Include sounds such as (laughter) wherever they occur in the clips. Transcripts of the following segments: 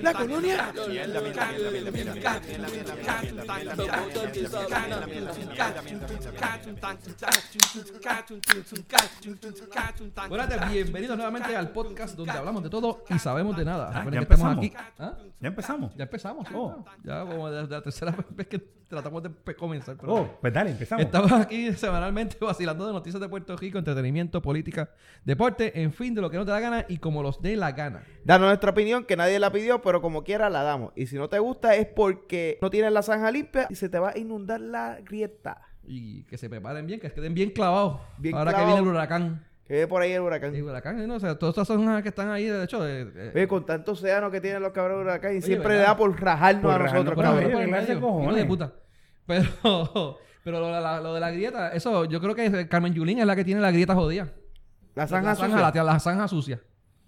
La colonia. Buenas tardes, bienvenidos nuevamente al podcast donde hablamos de todo y sabemos de nada. Ah, Recuerden ya que estamos aquí. empezamos. ¿Ah? Ya empezamos. Ya empezamos. sí, Oh. claro. Ya como de, de la tercera (laughs) vez que tratamos de pe- comenzar. pero- Oh, pues dale, empezamos. Estamos aquí (laughs) semanalmente vacilando de noticias de Puerto Rico, entretenimiento, política, deporte, en fin, de lo que no te da gana y como los dé la gana. Danos nuestra opinión, que nadie la pidió, pero como quiera la damos. Y si no te gusta es porque no tienes la zanja limpia y se te va a inundar la grieta. Y que se preparen bien, que queden bien clavados. Bien ahora que clavados. viene el huracán. Que ve por ahí el huracán. El huracán, ¿no? O sea, todas estas zonas que están ahí, de hecho, de- Eh, de- Ve, con tanto océano que tienen los cabrones de huracán y siempre ¿verdad? le da por rajarnos Por a rajarnos nosotros. por Bueno, ahí. cabrón. pero por el arreglarse medio, cojones. hijo de puta. Pero, (laughs) pero lo, de la- lo de la grieta, eso yo creo que Carmen Yulín es la que tiene la grieta jodida. La eh, La zanja zanja, sucia. la, la zanja sucia.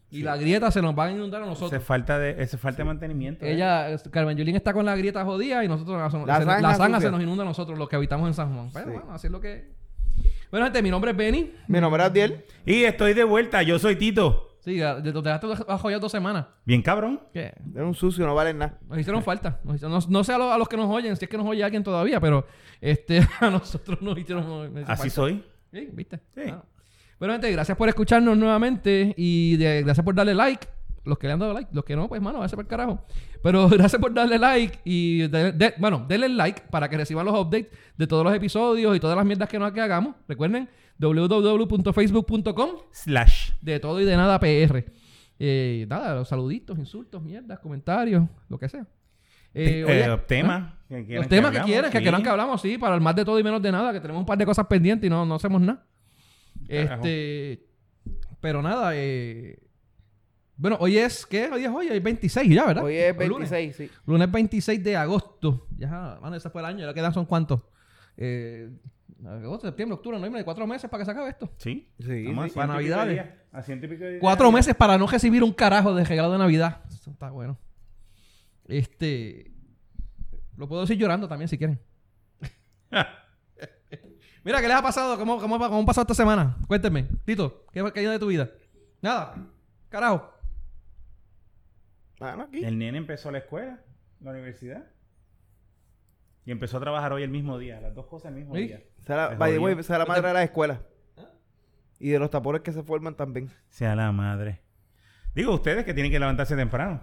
Y la grieta se nos va a inundar a Ese nosotros. falta de, ese falta de mantenimiento. ¿eh? Ella, es- Carmen Yulín está con la grieta jodida y nosotros la, La se- zanja la zanja sucia. se nos inunda a nosotros, los que habitamos en San Juan. Pero Sí. bueno, así es lo que. Bueno, gente, mi nombre es Benny. Mi nombre es Adiel. ¿eh? Y estoy de vuelta, yo soy Tito. Sí, ya- te te dejaste bajo ya dos semanas. Bien cabrón. ¿Qué? Es un sucio, no vale nada. Nos hicieron falta. Nos hicieron- no, no sé a, lo- a los que nos oyen, si es que nos oye alguien todavía, pero este, (laughs) a nosotros nos hicieron. nos hizo Así falta. soy. Sí, ¿viste? Sí. Ah. Bueno, gente, gracias por escucharnos nuevamente y de- gracias por darle like. Los que le han dado like, los que no, pues, mano, váyase para el carajo. Pero (laughs) gracias por darle like y, de- de- bueno, denle like para que reciban los updates de todos los episodios y todas las mierdas que, no, que hagamos. Recuerden, www.facebook.com Slash. de todo y de nada PR. Eh, nada, los saluditos, insultos, mierdas, comentarios, lo que sea. Eh, Eh, oye, ¿eh? los temas. que quieran los temas que, hablamos, quieran, que sí. quieran que hablamos, sí, para el más de todo y menos de nada, que tenemos un par de cosas pendientes y no, no hacemos nada. Carajo. Este. Pero nada, eh. Bueno, hoy es, ¿qué? Hoy es hoy, hoy es 26 ya, ¿verdad? Hoy es Lunes. 26, sí. Lunes 26 de agosto. Ya, mano, ese fue el año. Ya quedan son cuántos. Eh, agosto, septiembre, octubre, noviembre. Cuatro meses para que se acabe esto. Sí. Sí, Estamos sí. a ciento Para y pico de Navidades. días, a ciento y pico de días. Cuatro meses para no recibir un carajo de regalo de Navidad. Eso está bueno. Este. Lo puedo decir llorando también si quieren. Mira, ¿qué les ha pasado? ¿Cómo, cómo, cómo han pasado esta semana? Cuéntenme. Tito, ¿qué qué hay de tu vida? Nada. Carajo. Mano, aquí. (laughs) El nene empezó la escuela, la universidad. Y empezó a trabajar hoy el mismo día. Las dos cosas el mismo Sí. día. Será, Me by the way, jodió. será madre de las escuelas. ¿Ah? Y de los tapones que se forman también. Sea la madre. Digo, ustedes que tienen que levantarse temprano.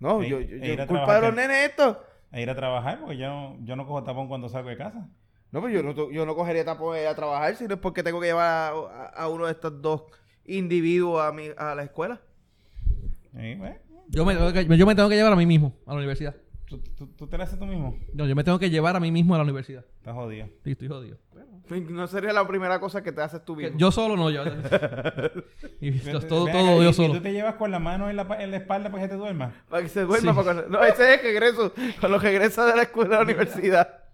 No, Sí, yo, yo, yo- e ir a culpa de trabajar los tem- nenes esto. A ir a trabajar porque yo, no- yo no cojo tapón cuando salgo de casa. No, pues yo no, to- yo no cogería tapones a trabajar, sino es porque tengo que llevar a, a- a uno de estos dos individuos a, mi, a la escuela. Y, bueno, Yo me, tengo que- yo me tengo que llevar a mí mismo a la universidad. eh. tú, tú- tú te la haces tú mismo. No, yo me tengo que llevar a mí mismo a la universidad. Estás jodido. Sí, estoy jodido. Pues, No sería la primera cosa que te haces tú Que mismo. Yo solo (laughs) no, yo. y Ve- todo, ve- todo, ve acá, todo y- yo y solo. tú te llevas con la mano en la, pa- en la espalda para que te duermas? Para que se duerma. Sí. para cuando- No, ese es el regreso. Cuando regresa de la escuela a la universidad.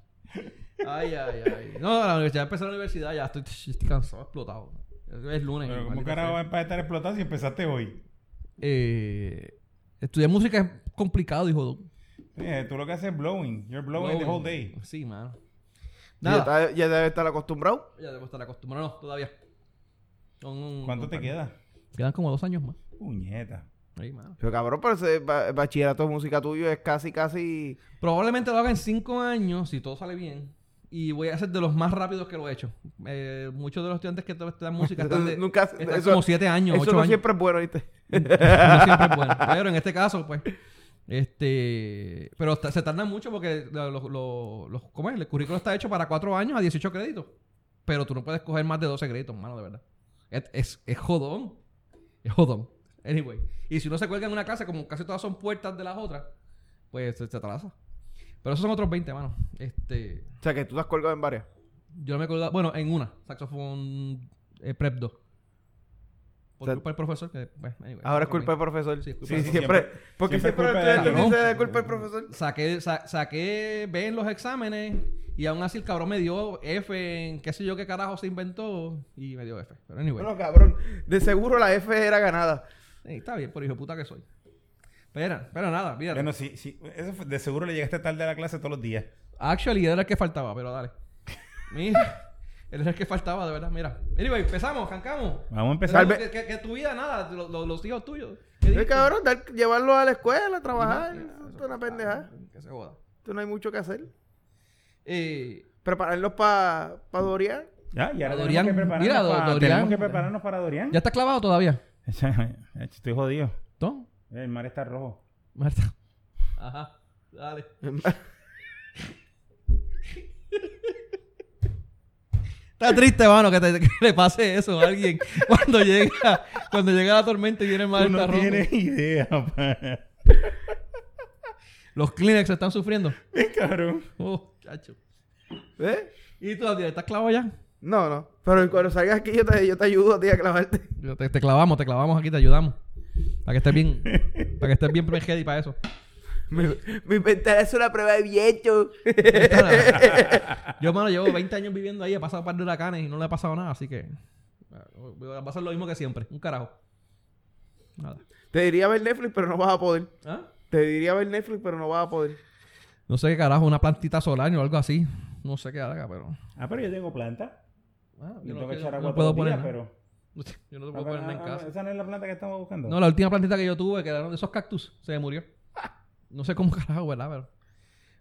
Ay, ay, ay. No, la universidad, empecé la universidad, ya estoy, estoy cansado, explotado. Es lunes. Pero ¿cómo maldita carajo sea. vas para estar explotado si empezaste hoy? Eh, estudiar música es complicado, hijo. de- Eh, tú lo que haces es blowing. You're blowing, the whole day. Sí, mano. Ya, (laughs) Nada. está- ya debe estar acostumbrado. Ya debo estar acostumbrado. No, todavía. Son un- ¿Cuánto un te par- queda? Quedan como dos años más. Puñeta. Ahí, mano. Pero cabrón, pero ese ba- bachillerato de música tuyo es casi, casi... Probablemente lo haga en cinco años, si todo sale bien. Y voy a ser de los más rápidos que lo he hecho. Eh, muchos de los estudiantes que to- (laughs) estudian música están, de, Nunca- están eso- como siete años, Eso ocho no años. siempre es bueno, ¿viste? no siempre es bueno. Pero en este caso, pues. Este. Pero ta- se tardan mucho porque lo- lo- lo- los- ¿cómo es? el currículo está hecho para 4 años a 18 créditos. Pero tú no puedes coger más de 12 créditos, mano, de verdad. Es, es, es jodón. Es jodón. Anyway. Y si uno se cuelga en una casa, como casi todas son puertas de las otras, pues se, se atrasa. Pero esos son otros 20, mano. Este. O sea, que tú te has colgado en varias. Yo me acuerdo, bueno, en una, saxofón eh, prep 2. Por O sea, culpa del profesor, que. pues, anyway, Ahora es otro culpa del profesor. Sí, Sí, es culpa sí, del profesor. siempre. Porque Siempre es siempre, el culpa de estudiante la- dice ¿no? "Es culpa del profesor. saqué, sa- saqué B en los exámenes y aún así el cabrón me dio F en qué sé yo qué carajo se inventó y me dio F. Pero anyway, Bueno, cabrón, de seguro la F era ganada. eh, está bien, por hijo de puta que soy. Pero, pero nada, mira. Bueno, sí, sí. Eso fue- de seguro le llegaste tarde a la clase todos los días. Actually era el que faltaba, pero dale. Mira, (laughs) Él era el que faltaba, de verdad. Mira. Anyway, empezamos, cancamos. Vamos a empezar. Que, que- que tu vida, nada, lo- lo- los hijos tuyos. ¿Qué Es diste? cabrón, dar- llevarlo a la escuela, a trabajar. Ajá, eso es eso, una pendejada. ah, Que se joda. Esto no hay mucho que hacer. Eh, Prepararlos para pa (laughs) Dorian. Ya, y ahora Dorian, tenemos que prepararnos mira, Do- para, Dorian. tenemos que prepararnos para Dorian. (laughs) ¿Ya está clavado todavía? Estoy jodido. ¿Tom? El mar está rojo. Marta. Ajá. Dale. Está triste, mano, que, te- que le pase eso a alguien (laughs) cuando llega, cuando llega la tormenta y viene el mar Tú no rojo. tienes (laughs) idea, pa. Los Kleenex están sufriendo. Bien cabrón. Oh, chacho. ¿Eh? ¿Y tú, Abdiel, estás clavado ya? No, no. Pero cuando salgas aquí, yo te, yo te ayudo a ti a (laughs) clavarte. Yo Te, te clavamos, te clavamos aquí, te ayudamos. Para que estés bien, para que estés bien pre-heady para eso. Mi, (laughs) mi ventana es una prueba de viejo. Yo, mano, llevo 20 años viviendo ahí, he pasado un par de huracanes y no le ha pasado nada, así que voy a pasar lo mismo que siempre. Un carajo. Nada. (laughs) Te diría ver Netflix, pero no vas a poder. ¿Ah? Te diría ver Netflix, pero no vas a poder. (laughs) No sé qué carajo, una plantita solar o algo así. No sé qué haga, pero. Ah, pero yo tengo planta. Ah, Yo yo tengo no, que yo echar no agua puedo todos poner los días, nada. (laughs) pero... Yo no te puedo poner nada en Ah, ah, casa. Esa no es la planta que estamos buscando. No, la última plantita que yo tuve, que eran de esos cactus, se me murió. (laughs) Ah, No sé cómo (laughs) carajo, ¿verdad? Pero.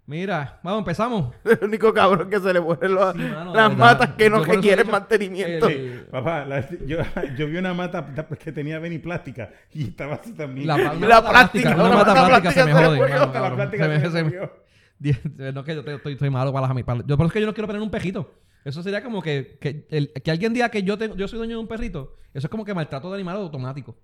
Mira, vamos, empezamos. El único cabrón que se le ponen los- Sí, mano, de las verdad. matas que no Yo por eso he requieren dicho Eh, mantenimiento. el- (laughs) Papá, la- yo, (laughs) yo vi una mata que tenía veniplástica y estaba así también. (laughs) La, una La mata plástica, plástica, una la mata mata plástica se me plástica se le jode. murió, mano, Hasta la cabrón. plástica Se me- se se me- (laughs) murió. Die- No es que yo te- estoy, estoy malo para las amigas. Yo por eso es que yo no quiero poner un perrito. Eso sería como que, que, el- que alguien diga que yo, tengo- yo soy dueño de un perrito. Eso es como que maltrato de animales automático.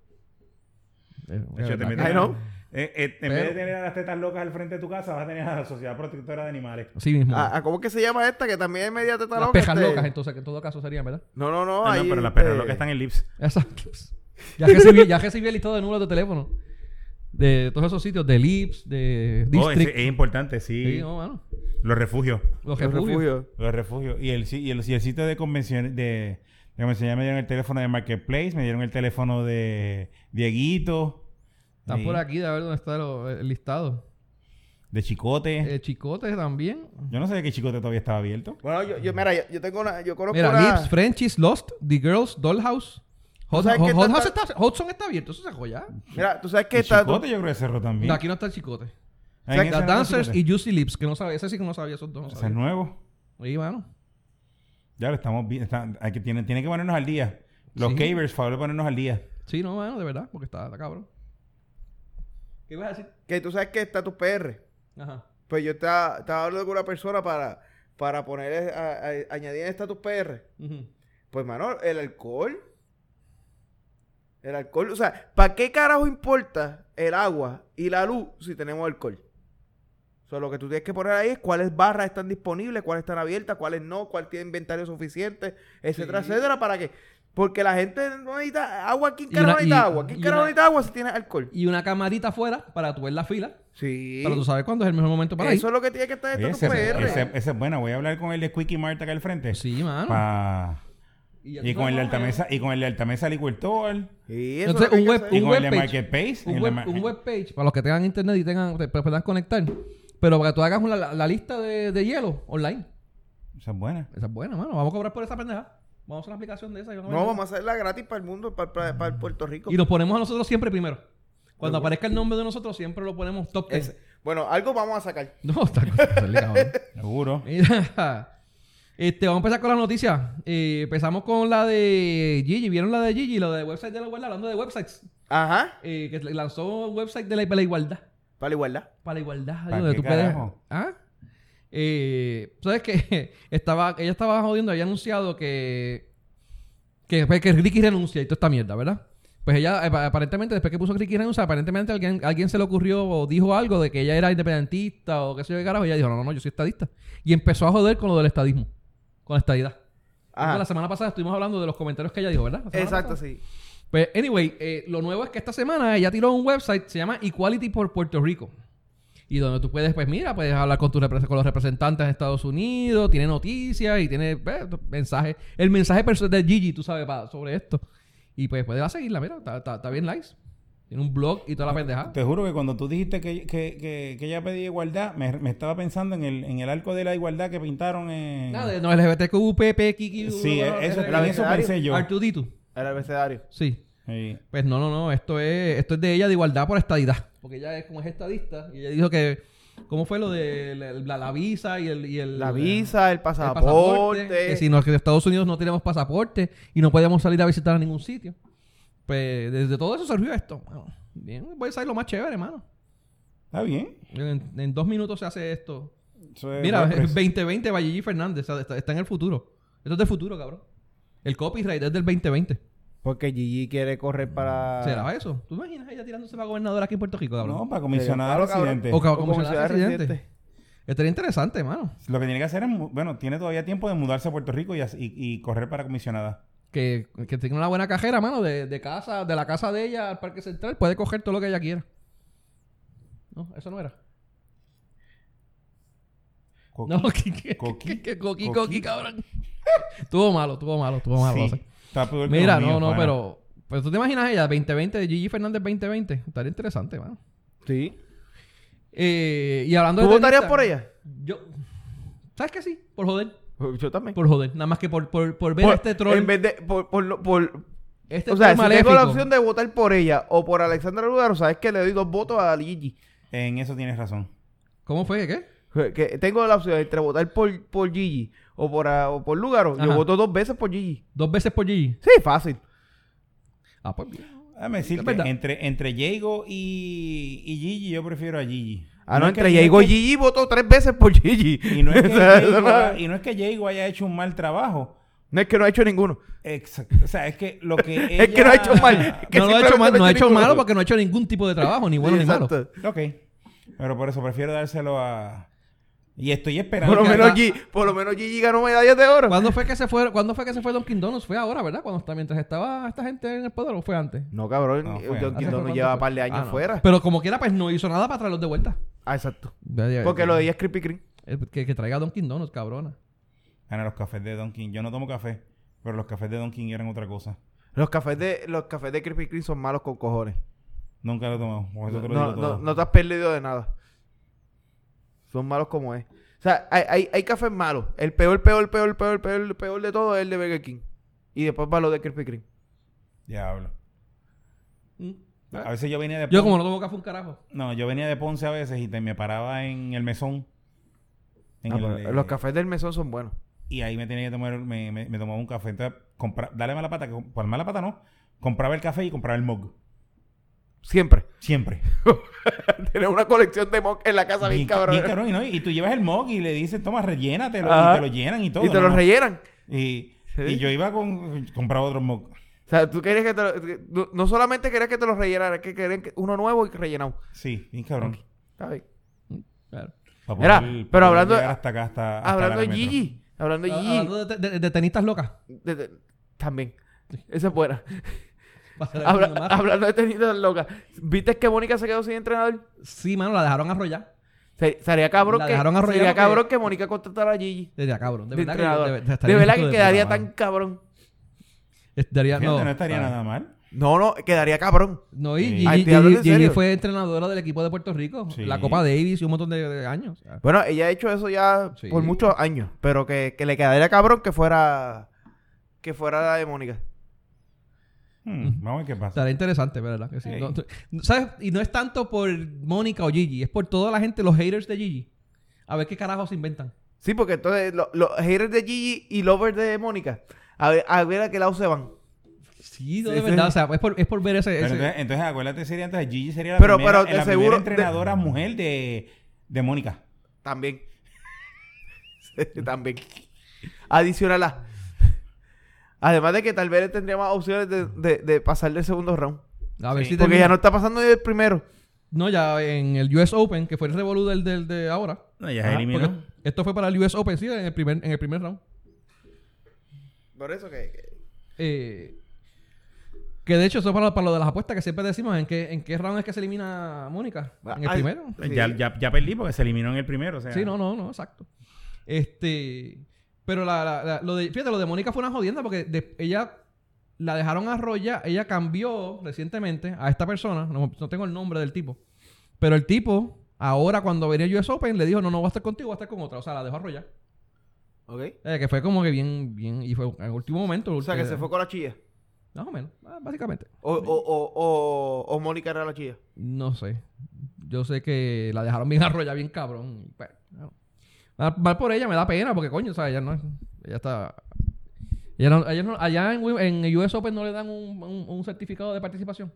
Eh, De hecho, te ¿verdad? I meten- know. eh, eh, en Pero- vez de tener a las tetas locas al frente de tu casa, vas a tener a la Sociedad Protectora de Animales. Así mismo. Ah, ah, ¿Cómo es que se llama esta? Que también es media teta las loca, pejas este. locas, entonces, que en todo caso serían, ¿verdad? No, no, no. Ah, ahí, no, pero las este, perras locas están en Lips. Exacto. Ya recibí, ya recibí el listado de números de teléfono. De todos esos sitios, de LIPS, de Oh, ese District. es importante, sí. Sí, no, mano. Los refugios. los Los refugios. refugios. Los refugios. Y el, si- y el, y el sitio de convenciones de, de convenciones me dieron el teléfono de Marketplace, me dieron el teléfono de Dieguito. Están Sí. por aquí, de ver dónde está lo- el listado. De Chicote. Eh, Chicote también. Yo no sabía que Chicote todavía estaba abierto. Bueno, yo, yo- mira, yo, yo tengo una. Yo conozco Mira, una. Lips, Frenchies, Lost, The Girls, Dollhouse. Hot, sabes Hot- que Hot esta- House está, Hudson está abierto, eso es joya. Mira, tú sabes que Y está. Chicote yo creo que cerró también. No, aquí no está el chicote. Ah, en The ese no Dancers Chicote. y Juicy Lips, que no sabía, ese sí que no sabía esos dos. No Ese es sabía. nuevo. Sí, mano. Ya lo estamos viendo. hay que, tiene, tiene que ponernos al día. Los Sí. cavers, favor, de ponernos al día. Sí, no, mano, de verdad, porque está, está cabrón. ¿Qué ibas a decir? Que tú sabes que está tu PR. Ajá. Pues yo estaba, estaba hablando con una persona para, para poner, eh, a- a- añadir en estatus PR. Ujú. Pues, mano, el alcohol. El alcohol. O sea, ¿para qué carajo importa el agua y la luz si tenemos alcohol? O sea, lo que tú tienes que poner ahí es cuáles barras están disponibles, cuáles están abiertas, cuáles no, cuál tiene inventario suficiente, etcétera, Sí. etcétera. ¿Para qué? Porque la gente no necesita agua. ¿Quién Y carajo una- y- necesita agua? ¿Quién y carajo una- necesita agua si tiene alcohol? Y una camarita afuera para tu ver la fila. Sí. Pero tú sabes cuándo es el mejor momento para Eso es lo que tiene que estar en Oye, estatus Esa PR. esa- esa es buena. Voy a hablar con el de Quickie Mart acá al frente. ir. Sí, mano. Pa- ya Y tú con el sabes, de mano. Altamesa, y con el de Altamesa Liquor Store. Sí, eso es lo Entonces, que hay un que web, hacer. Y un con el de webpage. Marketplace. un, el de web, Mar- un webpage para los que tengan internet y tengan te- te puedan conectar. Pero para que tú hagas una- la, la lista de, de hielo online. Esa es buena. Esa es buena, mano. Vamos a cobrar por esa pendeja. Vamos a hacer una aplicación de esa. y vamos a No, vender. vamos a hacerla gratis para el mundo, para, para- para Puerto Rico. Y nos ponemos a nosotros siempre primero. Cuando Seguro. aparezca el nombre de nosotros, siempre lo ponemos top 10. Ese- bueno, algo vamos a sacar. (laughs) No, está ¿eh? con- cabrón. Seguro. Mira. (laughs) Este, vamos a empezar con las noticias. Eh, empezamos con la de Gigi. ¿Vieron la de Gigi? Lo de website de la igualdad. Hablando de websites. Ajá. eh, que lanzó un website de la, para la igualdad. Para la igualdad. Para la igualdad. ¿Para donde qué tú puedes- carajo? ¿Ah? Eh, ¿Sabes qué? (laughs) Estaba, ella estaba jodiendo. Había anunciado que... Que, pues, que Ricky renuncia y toda esta mierda, ¿verdad? Pues ella, eh, aparentemente, después que puso Ricky renuncia, aparentemente alguien, alguien se le ocurrió o dijo algo de que ella era independentista o qué sé yo qué carajo. Y ella dijo, no, no, no, yo soy estadista. Y empezó a joder con lo del estadismo. Con la estadidad. Ajá. La semana pasada estuvimos hablando de los comentarios que ella dijo, ¿verdad? La semana Exacto, pasada. sí. Pues, anyway, eh, lo nuevo es que esta semana ella tiró un website, se llama Equality por Puerto Rico. Y donde tú puedes, pues mira, puedes hablar con, tus repres- con los representantes de Estados Unidos, tiene noticias y tiene eh, mensajes. El mensaje perso- de Gigi, tú sabes, pa- sobre esto. Y pues puedes seguirla, mira, está, está- está bien nice. Tiene un blog y toda la pendeja. Te juro que cuando tú dijiste que, que, que, que ella pedía igualdad, me, me estaba pensando en el, en el arco de la igualdad que pintaron en... Nada, no, LGBTQ, PP, Kiki... Sí, e- bla, bla, bla, eso, bla, en bla, bla, eso R- pensé yo. Artudito. El abecedario. Sí. Sí. Pues no, no, no. Esto es, esto es de ella de igualdad por estadidad. Porque ella es como es estadista. Y ella dijo que. ¿Cómo fue lo de la, la- la visa y el. y el- La visa, el el pasaporte. Que si no, que en Estados Unidos no tenemos pasaporte y no podíamos salir a visitar a ningún sitio. Pues desde todo eso surgió esto. mano. Bien, voy a salir lo más chévere, hermano. Está bien. En, en dos minutos se hace esto. Eso Pues, es pues, Mira, WordPress. 2020, Valle Fernández. o sea, está, está en el futuro. Esto es del futuro, cabrón. El copyright es del 2020. Porque Gigi quiere correr para. ¿Será eso? ¿Tú imaginas ella tirándose para gobernadora aquí en Puerto Rico, cabrón? No, para comisionar Claro, cabrón. residente. O ca- O como como ciudad ciudad residente. residente. Estaría interesante, mano. Lo que tiene que hacer es, mu- bueno, tiene todavía tiempo de mudarse a Puerto Rico y, as- y, y correr para comisionada. Que, que tenga una buena cajera, mano, de, de casa, de la casa de ella al parque central, puede coger todo lo que ella quiera. No, eso no era. Co- No, (laughs) que, que, Coqui. que- que coqui, Coqui. coqui, cabrón. (laughs) estuvo malo, estuvo malo, estuvo malo. Sí, o sea. está peor que Mira, los míos, no, no, pana. pero. Pero tú te imaginas ella, 2020, de Gigi Fernández 2020. Estaría interesante, mano. Sí. Eh, y hablando ¿Tú de. votarías tenista, por ella? Pues, Yo. ¿Sabes qué sí? Por joder. Yo también. Por joder. Nada más que por, por, por ver a Pues, este troll. En vez de. Por, por, lo- por- este o sea, si troll maléfico. tengo la opción de votar por ella o por Alexandra Lugaro, ¿sabes que Le doy dos votos a Gigi. En eso tienes razón. ¿Cómo fue? ¿Qué? Que- Que tengo la opción entre votar por, por Gigi o por, a- o por Lugaro. Ajá. Yo voto dos veces por Gigi. ¿Dos veces por Gigi? Sí, fácil. Ah, pues bien. Déjame Es decirte, verdad. entre, entre Diego y, y Gigi, yo prefiero a Gigi. Ah, no, es que- entre es Diego y que- Gigi voto tres veces por Gigi. (laughs) Y no es que O sea, eso Diego no- ha- y no es que Diego haya hecho un mal trabajo. no es que no ha hecho ninguno. Exacto. O sea, es que lo que (laughs) ella... Es que no ha hecho mal. Que No lo ha hecho simplemente mal, no ha hecho ninguno. malo porque no ha hecho ningún tipo de trabajo, ni bueno Sí, ni malo. exacto. Ok. Pero por eso prefiero dárselo a... Y estoy esperando Por lo, que- menos Gigi, por lo menos Gigi ganó medallas de oro. ¿Cuándo fue que se fue, ¿cuándo fue que se fue Dunkin' Donuts? Fue ahora, ¿verdad? Cuando está, mientras estaba esta gente en el poder o fue antes. No, cabrón. No, eh, fue Dunkin' ¿Hace antes. Donuts cuánto lleva fue? un par de años Ah, no. fuera. Pero como quiera, pues no hizo nada para traerlos de vuelta. Ah, exacto. Porque lo de ella es Krispy Kreme. Eh, Que, que traiga Dunkin' Donuts, cabrona. Ana, los cafés de Don King. Yo no tomo café, pero los cafés de Don King eran otra cosa. Los cafés de los cafés de Krispy Kreme son malos con cojones. Nunca lo he tomado. por eso No, te lo digo no- todo. no te has perdido de nada. Son malos como es. O sea, hay, hay, hay cafés malos. El peor, peor, peor, peor, peor, peor de todo es el de Burger King. Y después va lo de Krispy Kreme. Diablo. Mm. A veces yo venía de Yo como Ponce- no tomo café un carajo. No, yo venía de Ponce a veces y te- me paraba en el mesón. En Ah, el- pero eh, Los cafés del mesón son buenos. Y ahí me tenía que tomar, me, me, me tomaba un café. Entonces, compra, dale mala pata, que por mala pata no. Compraba el café y compraba el mug. Siempre. Siempre. Tener una colección de mock en la casa bien, ca- cabrón. bien cabrón, y, no, y tú llevas el mug y le dices, toma, rellénatelo. Ajá. Y te lo llenan y todo. y te ¿no? los rellenan. Y, Sí. y yo iba con compraba otro mug. O sea, tú querías que te lo- que- no- No solamente querías que te los rellenaran, es que querían que- uno nuevo y rellenado. Sí, bien cabrón. Está bien. Claro. Pa' Mira, poder- pero poder hablando- llegar hasta acá, hasta, hasta Hablando la de metro. Gigi. Hablando de Gigi. Ah, Hablando de, de- de tenistas locas. (laughs) de- de- también. Esa es buena. Va a ser Habla- alguna más. hablando de tenistas locas. ¿Viste que Mónica se quedó sin entrenador? Sí, mano, la dejaron arrollar. Se- Sería cabrón La que dejaron arrollar sería porque- cabrón que Mónica contratara a Gigi Diría, cabrón. De de verdad que, entrenador. de- De, de- estaría verdad hijo que de quedaría puta madre. tan cabrón. Estaría- Fíjate, no, no, Ah, estaría sabe. nada mal. No, no, quedaría cabrón. No, y Sí. Gigi, Ay, estoy hablando Gigi- en Gigi serio. fue entrenadora del equipo de Puerto Rico. Sí. La Copa Davis y un montón de, de años. O sea, Bueno, ella ha hecho eso ya Sí. por muchos años, pero que, que le quedaría cabrón que fuera que fuera la de Mónica. Hmm, vamos a ver qué pasa. Estará interesante, ¿verdad? Que sí. Sí. No, tú- ¿sabes? Y no es tanto por Mónica o Gigi, es por toda la gente, los haters de Gigi. A ver qué carajo se inventan. Sí, porque entonces lo- los haters de Gigi y lovers de Mónica, a ver a, ver a qué lado se van. Sí, no, Sí, de sí. verdad. O sea, es por, es por ver ese. Pero ese- entonces, entonces, acuérdate, sería entonces Gigi sería la, Pero- primera, eh, pero de la seguro- primera entrenadora mujer de, de Mónica. También. (laughs) También. Adicional a. Además de que tal vez tendría más opciones de, de, de pasar del segundo round. a ver Sí. si Porque termina. ya no está pasando ni el primero. No, ya en el US Open, que fue el revolú del, del- de ahora. No, ya Ajá, porque Esto fue para el US Open, sí, en el primer, en el primer round. Por eso que. Eh, que de hecho, eso es para, para lo de las apuestas que siempre decimos. ¿En qué, en qué round es que se elimina Mónica? ¿En el Ah, Ay, primero? sí. Ya, ya, ya perdí porque se eliminó en el primero. O sea, Sí, no, no, no, exacto. Este. Pero la, la- la- lo de, fíjate, lo de Mónica fue una jodienda porque de- ella la dejaron arrollar. Ella cambió recientemente a esta persona. No, no tengo el nombre del tipo. Pero el tipo, ahora cuando venía el US Open, le dijo, no, no voy a estar contigo, voy a estar con otra. O sea, la dejó arrollar. ¿Ok? Eh, que fue como que bien, bien, y fue en el último momento. O sea, que se fue con la chilla. Más o menos, ah, básicamente. O, o, o, o, o Mónica era la chilla. No sé. Yo sé que la dejaron bien (laughs) arrollada, bien cabrón. Y, bueno, no. mal, mal por ella, me da pena, porque coño, o sea, ella no es- Ella está... ella no- ella no- allá en, Wi- en el US Open no le dan un, un- un certificado de participación.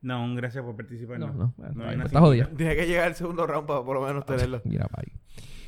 No, un gracias por participar. No, No, no. No, Bueno, no está hay bien, nada está así. jodida. Tiene que llegar el segundo round para por lo Ah, menos tenerlo. Mira, bye.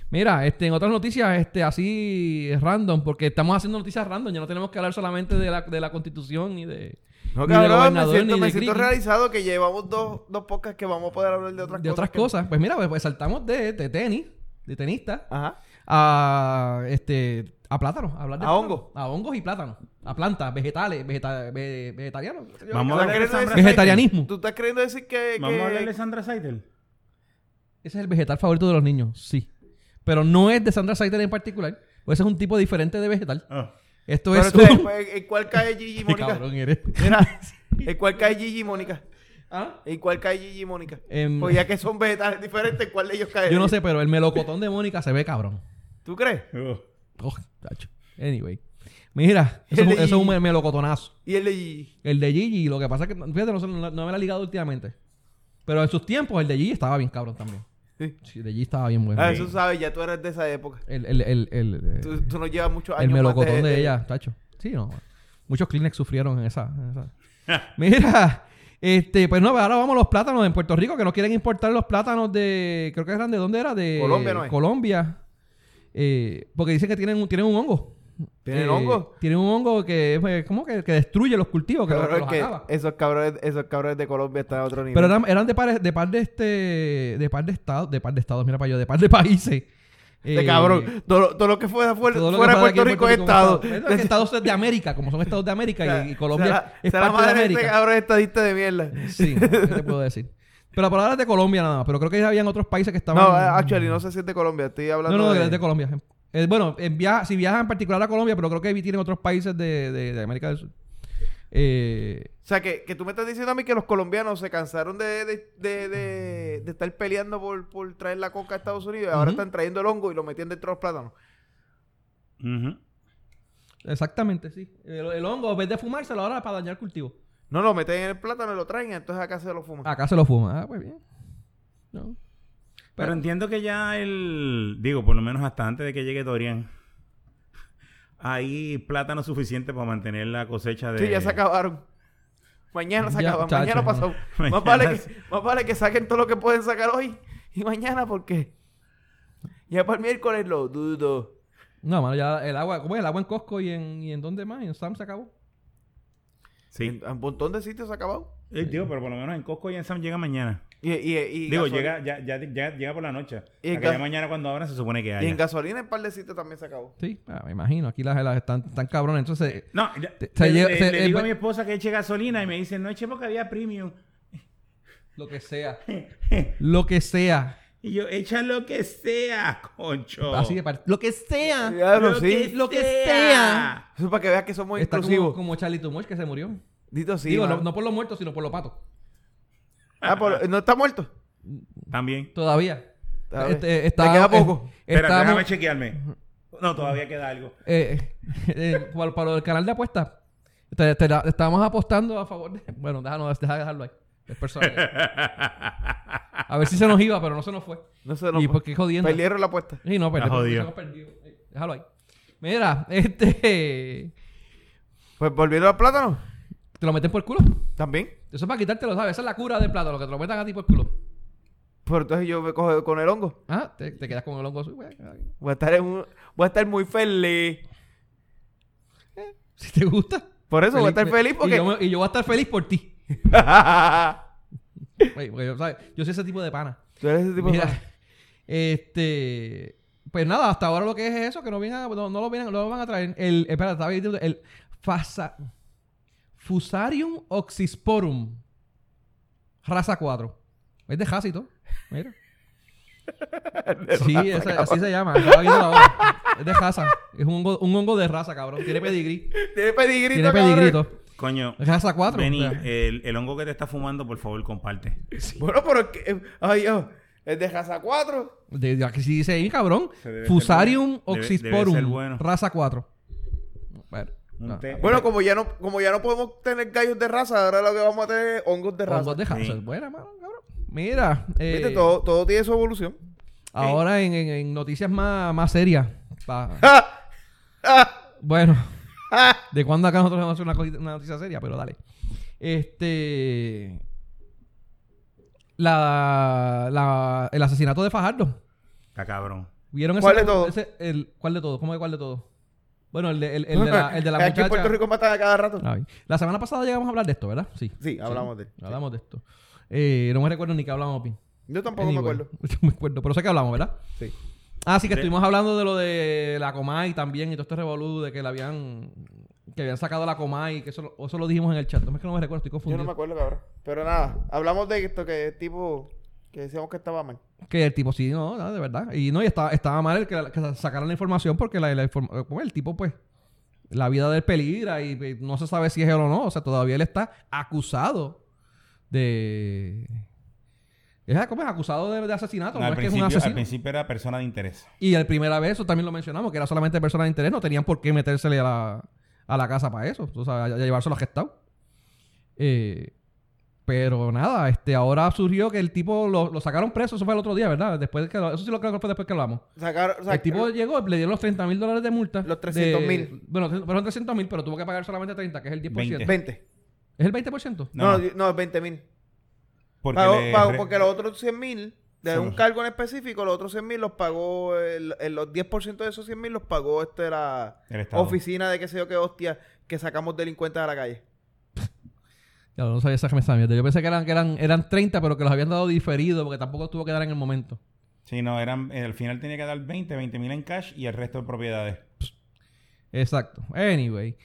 Mira, este, en otras noticias, este, así random, porque estamos haciendo noticias random, ya no tenemos que hablar solamente de la, de la constitución ni de. No, ni de cabrón, me gobernador, siento, ni me de siento criqui, realizado que llevamos dos, dos podcasts que vamos a poder hablar de otras de cosas. otras que- cosas. Pues mira, pues, pues saltamos de, de tenis, de tenista, Ajá. a este. a plátanos, a hablar de A plátanos. hongo. A hongos y plátanos. A plantas, vegetales, vegeta- ve- vegetarianos. qué sé yo. Vamos ¿Tú estás a hablar de queriendo Sandra decir- Vegetarianismo. ¿Tú estás queriendo decir que, Vamos que- a hablar de Sandra Seidel. Ese es el vegetal favorito de los niños, sí. Pero no es de Sandra Saiter en particular. Pues ese es un tipo diferente de vegetal. Ah. Esto Pero es. (laughs) este, un- pues, ¿En cuál cae Gigi y (laughs) Qué Mónica? cabrón eres. Mira, (laughs) ¿en cuál cae Gigi y Mónica? ¿Ah? ¿En cuál cae Gigi y Mónica? Em, Pues ya que son vegetales diferentes, ¿cuál de ellos cae? Yo no sé, pero el melocotón de Mónica se ve cabrón. ¿Tú crees? Uh. Oh, tacho. Anyway. Mira, eso, es un- eso es un melocotonazo. Y el de Gigi. El de Gigi, lo que pasa es que, fíjate, no, sé, no- no me la ha ligado últimamente. Pero en sus tiempos, el de Gigi estaba bien cabrón también. Sí. Sí, el de Gigi estaba bien bueno. Ah, eso sabes, ya tú eres de esa época. El, el, el, el, eh, Tú, tú no llevas muchos el años. más melocotón de ella, tacho. Sí, no. Muchos Kleenex sufrieron en esa. en (laughs) Ah. esa. Mira, este, pues no, ahora vamos a los plátanos en Puerto Rico, que no quieren importar los plátanos de, creo que eran de dónde era, de Colombia, ¿no es? Colombia. Eh, porque dicen que tienen, un- tienen un hongo. ¿Tienen Eh, hongo? Tienen un hongo que, eh, ¿cómo que, que destruye los cultivos, que, lo- que Cabrón, los que acaba. esos, cabrones, esos cabrones de Colombia están a otro nivel. Pero eran, eran de par de par de este de par de estados, de par de estados, mira para yo, de par de (laughs) países. Este Eh, cabrón, todo, lo- todo lo que fuera, fuera, todo lo que fuera pasa aquí Puerto en Rico es Estado. Este, Pero es que Estados es de América, como son Estados (laughs) de América y- y, Colombia será, es será parte de madre de este América. cabrón estadista de mierda. Sí, ¿qué te puedo decir? Pero por ahora es de Colombia nada más, pero creo que ya habían otros países que estaban... No, ah, actually, no sé si es de Colombia, estoy no, hablando no, de... es de Colombia. Eh, bueno, en via- si viajan en particular a Colombia, pero creo que vi- tienen otros países de, de- de América del Sur. Eh, O sea, que, que tú me estás diciendo a mí que los colombianos se cansaron de, de, de, de- de estar peleando por, por traer la coca a Estados Unidos y ahora Ujú. están trayendo el hongo y lo metían dentro de los plátanos. uh, Ujú. exactamente, sí. El, el hongo, en vez de fumárselo, ahora para dañar cultivo. No, lo meten en el plátano y lo traen, entonces acá se lo fuman. Acá se lo fuma. Ah, pues bien. No. Pero Ah. Pero, entiendo que ya el... Digo, por lo menos hasta antes de que llegue Dorian. (laughs) Hay plátano suficiente para mantener la cosecha de... Sí, ya se acabaron. Mañana se Ya, acaban, chacho, mañana no. (laughs) pasado. Mañana Más, vale sí. que, más vale que saquen todo lo que pueden sacar hoy y mañana porque ya para el miércoles lo dudo. no, mano, ya el agua, ¿cómo es? El agua en Costco y en, y en dónde más, Y en Sam se acabó. Sí. En, en un montón de sitios se ha acabado. Eh, digo, pero por lo menos en Costco y en Sam llega mañana. Y, y, y digo, gasolina- llega, ya, ya, ya- llega por la noche. Y en Porque ya gas- mañana cuando abran se supone que Y haya. en gasolina en un par de sitios también se acabó. Sí, ah, me imagino. Aquí las, las están, están cabrones. Entonces, No, ya- Te- se le, lleva- le- se- le el digo ba- a mi esposa que eche gasolina y me dice, no eche porque había premium. lo que sea. lo que sea. Y yo, echa lo que sea, concho. Así de par- Lo que sea. Ya lo sí. lo que Eso es para que veas que somos Está como, inclusivos. como Charlie Tumoch que se murió. Dito sí. Digo, mano. no, no por los muertos, sino por los patos. Ah, por- no está muerto. También. Todavía. A ver, Este, te está- queda es- poco. Espera, estamos- déjame chequearme. No, todavía queda algo. Eh, (laughs) eh, para, para el canal de apuestas, te, te la- estábamos apostando a favor de. Bueno, déjanos, deja dejarlo ahí. (laughs) Es personal. A ver si se nos iba, pero no se nos fue. No sé, no. pues, y porque jodiendo. Perdieron la apuesta. Sí, no, pues, Ah, perdí. jodido. Se nos perdió. Eh, Déjalo ahí. Mira, este. Pues volvieron al plátano. Te lo meten por el culo. También. Eso es para quitártelo, ¿sabes? Esa es la cura del plato, lo que te lo metan a ti por el culo. Pero entonces yo me cojo con el hongo. Ah, te, te quedas con el hongo así, güey. Voy a estar, en un- voy a estar muy feliz. Si te gusta. Por eso voy a estar me- feliz porque. Y yo, me- y yo voy a estar feliz por ti. Güey, porque yo, ¿sabes? yo soy ese tipo de pana. (laughs) Tú eres ese tipo de Mira, pana. este. Pues nada, hasta ahora lo que es eso, que no, vienen a- no, no lo, vienen, no lo van a traer. El, espera, estaba diciendo el fasa- Fusarium oxysporum. Raza 4. Es de Jásito. (laughs) Mira. Sí, esa- así se llama. estaba viendo la hora. Es de Jasa. Es un hongo, un hongo de raza, cabrón. Tiene pedigrí. (laughs) Tiene pedigrito. Tiene cabrón. pedigrito. Coño, Raza 4. Benny, el, el hongo que te está fumando, por favor, comparte. Bueno, pero es que. eh, Ay, oh, es de raza 4. De, de- aquí sí dice ahí, cabrón. Se debe ser Fusarium bueno. Debe- debe ser oxysporum. bueno. Raza 4. Ah. Bueno. Un nada. té. Bueno, como ya, no, como ya no podemos tener gallos de raza, ahora lo que vamos a tener es hongos de raza. Hongos de Hanzo. Sí. Es buena, mano, cabrón. Mira. eh, ¿Viste? Todo, todo tiene su evolución. Ahora en, en- en noticias más, más serias. pa- ¡Ja! ¡Ja! bueno, ¡Ja! de cuando acá nosotros vamos a hacer una, co- una noticia seria, pero dale. Este. La, la- el asesinato de Fajardo. Está cabrón. ¿Vieron ¿Cuál ese- de todos? ese- el, ¿Cuál de todos? ¿Cómo que cuál de todos? Bueno, el de, (laughs) el, el de la, (laughs) el de la Aquí en Puerto muchacha. Rico matan a cada rato. Ay, La semana pasada llegamos a hablar de esto, ¿verdad? Sí. Sí, hablamos de él. Hablamos de esto. Eh, no me recuerdo ni que hablamos, Pi. Yo tampoco me Anyway, acuerdo. (laughs) No me acuerdo, pero sé que hablamos, ¿verdad? Sí. Ah, sí, que De- estuvimos hablando de lo de la Comay también y todo este revolú de que la habían... Que habían sacado la Comay, que eso, lo- eso lo dijimos en el chat. No es que no me recuerdo, estoy Yo confundido. no me acuerdo, cabrón. Pero nada, hablamos de esto que tipo que decíamos que estaba mal. Que el tipo sí, no, no, de verdad. Y no, y estaba, estaba mal el que, la- que sacaran la información porque la, la inform- eh, pues, el tipo, pues, la vida del peligra y, y no se sabe si es él o no. O sea, todavía él está acusado de. Es, ¿Cómo es? Acusado de, de asesinato. No, al, es que es un principio, al asesino. principio era persona de interés. Y la primera vez, eso también lo mencionamos, que era solamente persona de interés. No tenían por qué metérsele a la, a la casa para eso. O sea, a, a llevárselo a gestado. Eh, pero nada, este, ahora surgió que el tipo lo, lo sacaron preso. Eso fue el otro día, ¿verdad? Después de que, lo- eso sí lo creo que fue después que hablamos. Sacaron, o sea, eh, El tipo llegó, le dieron los 30 mil dólares de multa. Los de- 300.000. Bueno, fueron 300 mil, pero tuvo que pagar solamente 30, que es el 10%. 20. 20. ¿Es el 20%? No, No, no, di- no, 20 mil. Porque, Pagó, le- pagó- re- porque los otros 100 mil, de Se un los- cargo en específico, los otros 100 mil los pagó, el, el- los 10% de esos 100 mil los pagó este, la el Estado. oficina de qué sé yo qué hostia que sacamos delincuentes a la calle. Ya, no sabía esa esa mierda. Yo pensé que eran, que eran, eran 30, pero que los habían dado diferido porque tampoco tuvo que dar en el momento. Sí, no, eran, eh, al final tenía que dar 20, 20 mil en cash y el resto en propiedades. Exacto. Anyway.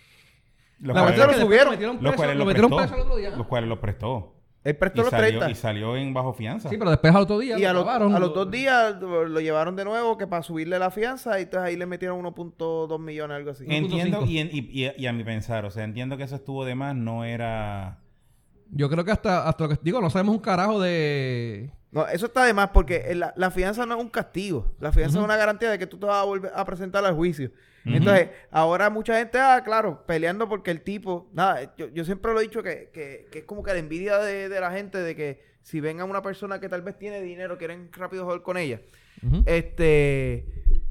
Los La cuales, verdad después lo subieron. metieron los preso- cuales lo lo metieron prestó. preso el otro día. Los cuales lo prestó. Él Y prestó los salió, 30. y salió en bajo fianza. Sí, pero después al otro día. Y a, los- clavaron. a los dos días lo, lo llevaron de nuevo que para subirle la fianza y entonces ahí le metieron 1.2 millones algo así. En- Entiendo, 1.5. y, en- y- y- y a mi pensar, o sea, entiendo que eso estuvo de más, no era... Yo creo que hasta, hasta lo que digo, no sabemos un carajo de. No, eso está de más porque eh, la, la fianza no es un castigo. La fianza es una garantía de que tú te vas a volver a presentar al juicio. Entonces, ahora mucha gente, ah, claro, peleando porque el tipo, nada, yo, yo siempre lo he dicho que, que- que es como que la envidia de, de la gente de que si venga una persona que tal vez tiene dinero, quieren rápido joder con ella. Ujú. este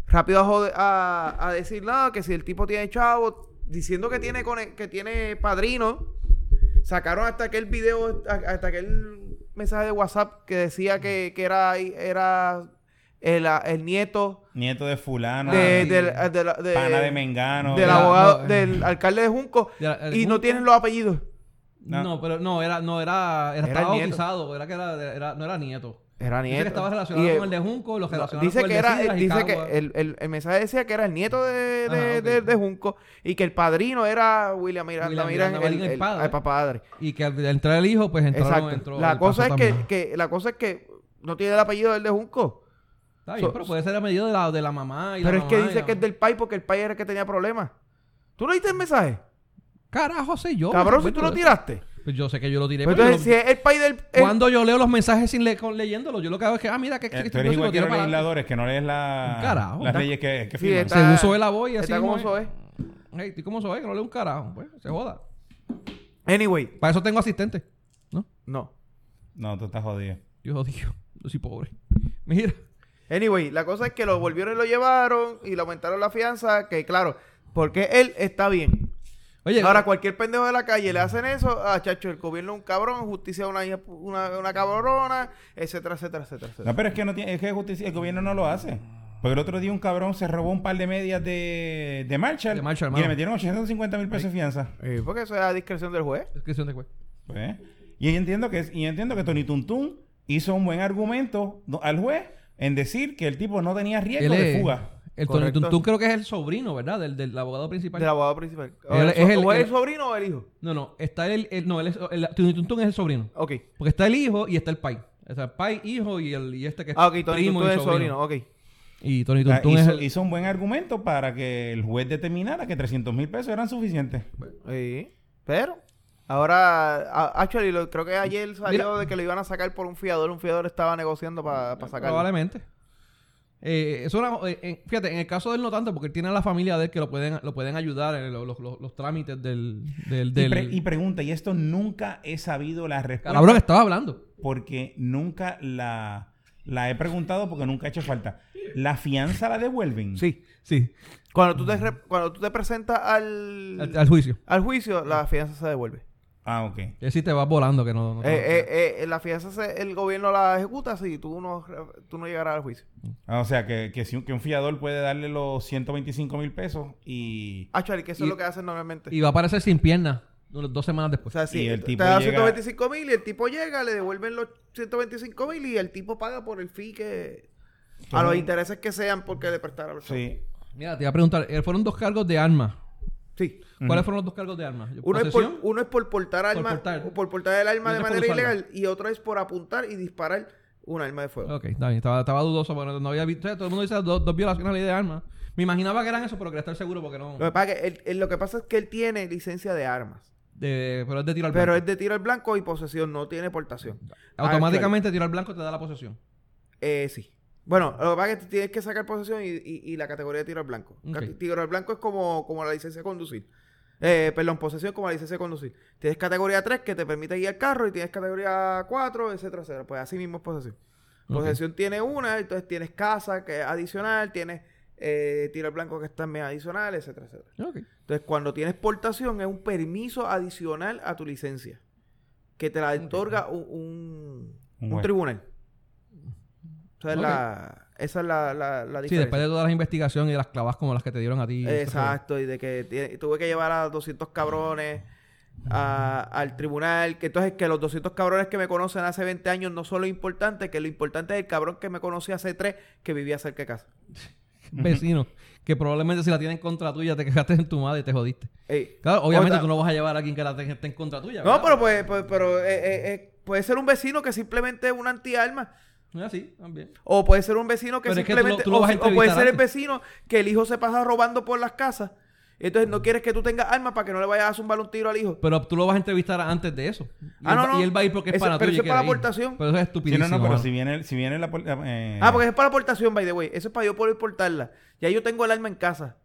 rápido a, joder- a, a decir nada que si el tipo tiene chavo diciendo que tiene cone- que tiene padrino sacaron hasta aquel video a- hasta aquel mensaje de WhatsApp que decía que, que era era el, el nieto Nieto de fulano, de, sí. del, de la- de- pana de mengano. del la- abogado no, eh. del alcalde de Junco De la- de y no Junco. tienen los apellidos No. No. pero no, era, no, era, era, Era estaba nieto. bautizado, era que era, era- no era nieto. era Dice que estaba relacionado con el de Junco, los eh, No, relacionados dice con que el de era eh, Sidra y dice que Cagua. el, el- el mensaje decía que era el nieto de, de, Ah, ok. de- de Junco y que el padrino era William Miranda, William Miranda, Miranda el, Marín, el el- padre. el papadre. Y que al entrar el hijo, pues entraron, Exacto. entró la el cosa es paso que, también. que la cosa es que no tiene el apellido del de Junco, Está bien, so- pero puede ser a medida de la, de la mamá y la pero es que mamá y dice la- que es del pai porque el pai era el que tenía problemas. ¿Tú leíste el mensaje? Carajo sé yo. Cabrón, si por tú supuesto. lo tiraste. Pues yo sé que yo lo tiré, Pero pero yo entonces, lo- si es el pai del el- Cuando yo leo los mensajes sin le- con- leyéndolos, yo lo que hago es que, ah, mira, que, Eh, que- tú yo sí eres lo igual que tiro los para adelante. legisladores, que no lees la, Carajo. las leyes que, que Sí, firman. está- Según sube la voz y así. está como mismo soy. Ey, estoy como soy, que no leo un carajo. Pues, se joda. Anyway, Para eso tengo asistente. ¿No? no. No, tú estás jodido. Yo jodido. (laughs) Yo soy pobre. Mira. Anyway, la cosa es que lo volvieron y lo llevaron y le aumentaron la fianza, que claro, porque él está bien. Oye, Ahora, cualquier pendejo de la calle le hacen eso, ah, chacho, el gobierno es un cabrón, justicia es una, hija- una, una cabrona, etcétera, etcétera, etcétera. etcétera. No, pero es que no tiene, es que justicia, el gobierno no lo hace. Porque el otro día un cabrón se robó un par de medias de, de Marshall, De Marshall, y hermano. le metieron 850 mil pesos de fianza. Eh, porque eso es a discreción del juez. descripción de juez. Pues, y yo entiendo que y yo entiendo que Tony Tuntún hizo un buen argumento no- al juez en decir que el tipo no tenía riesgo Él de es- fuga. El Tony Correcto. Tuntún creo que es el sobrino, ¿verdad? Del, del abogado principal. Del abogado principal. O Él el, es el- o el el- sobrino o el hijo. No, no. Está el... el- no, él es, el Tony Tuntún es el sobrino. Ok. Porque está el hijo y está el pai. O sea, el pai, hijo y, el, y este que es Ah, ok, Tony primo Tuntún y es el sobrino. sobrino. Ok. Y Tony O sea, Tuntún es hizo, el... hizo un buen argumento para que el juez determinara que 300 mil pesos eran suficientes. Sí. Pero, Ahora, a- actually, lo- creo que ayer salió Mira. de que lo iban a sacar por un fiador. Un fiador estaba negociando para sacarlo. Probablemente. Eh, es una- eh, en- fíjate, en el caso de él no tanto, porque él tiene a la familia de él que lo pueden, lo pueden ayudar en lo- los, los- los trámites del... del, Y, del pre- y pregunta, y esto nunca he sabido la respuesta. Cabrón, que estaba hablando. Porque nunca la, la he preguntado porque nunca ha hecho falta. ¿La fianza la devuelven? Sí. Sí, Cuando tú te, re- cuando tú te presentas al, al, al, al juicio. juicio, la fianza se devuelve. Ah, ok. Él sí te vas volando, que no... no- Eh, eh, eh, la fianza se- el gobierno la ejecuta si tú no, re- tú no llegarás al juicio. Ah, o sea, que, que, si un- que un fiador puede darle los 125 mil pesos y... Actually, Ah, que eso Y- es lo que hacen normalmente. Y va a aparecer sin piernas unos dos semanas o después. sea, si y el te- tipo te da llega- 125 mil y el tipo llega, le devuelven los 125 mil y el tipo paga por el fee que... A los intereses que sean porque le prestaron. Sí. Mira, te iba a preguntar, eh, fueron dos cargos de armas. Sí. ¿Cuáles fueron los dos cargos de armas? Uno es, por, ¿Posesión? uno es por portar armas, portar. por, por portar el arma de Y otro es por manera usarla. ilegal y otro es por apuntar y disparar un arma de fuego. Ok, está bien. Estaba, estaba dudoso. Bueno, no había visto. Todo el mundo dice dos, dos violaciones a la ley de armas. Me imaginaba que eran eso, pero quería estar seguro porque Lo, no. que pasa es que él- él- lo que pasa es que él tiene licencia de armas, de- pero es de tiro al pero blanco. es de tiro al blanco y posesión, no tiene portación. Automáticamente tiro al blanco te da la posesión. Eh, sí. Bueno, lo que pasa es que tú tienes que sacar posesión y, y- y la categoría de tiro al blanco. Ok. Cate- Tiro al blanco es como, como la licencia de conducir. Eh, perdón, posesión como la licencia de conducir. Tienes categoría 3 que te permite guiar carro y tienes categoría 4, etcétera, etcétera. Pues así mismo es posesión. Ok. Posesión tiene una, entonces tienes casa que es adicional, tienes eh, tiro al blanco que es también adicional, etcétera, etcétera. Ok. Entonces, cuando tienes portación es un permiso adicional a tu licencia que te la otorga un, un- Un un juez. tribunal. O sea, es Ok. la- esa es la, la, la Sí, diferencia. después de todas las investigaciones y de las clavas como las que te dieron a ti. (laughs) Exacto, y de que tie- tuve que llevar a 200 cabrones a- al tribunal, que entonces que los 200 cabrones que me conocen hace 20 años no son lo importante, que lo importante es el cabrón que me conocía hace 3 que vivía cerca de casa. Vecinos. Que probablemente si la tienen contra tuya te quejaste en tu madre y te jodiste. Ey. Claro, obviamente Otra- tú no vas a llevar a alguien que la te- esté en contra tuya. No, ¿verdad? pero, pues, pues- pero eh, eh, eh, puede ser un vecino que simplemente es un anti-alma. Ah, sí, también. O puede ser un vecino que Pero es que tú lo- simplemente. tú lo o vas a si- o, puede entrevistar ser el antes. vecino que el hijo se pasa robando por las casas. Entonces no quieres que tú tengas armas para que no le vayas a zumbar un tiro al hijo. Pero tú lo vas a entrevistar antes de eso. Y Ah, no, él va- no. Y él va a ir porque es Ese- para pero eso tuya. y es para quiere ir. aportación. Pero eso es Sí, estupidísimo. no, no, pero mano. si viene, el- si viene la... pol- eh, Ah, porque es para portación, by the way. Eso es para yo poder portarla. Ya yo tengo el arma en casa.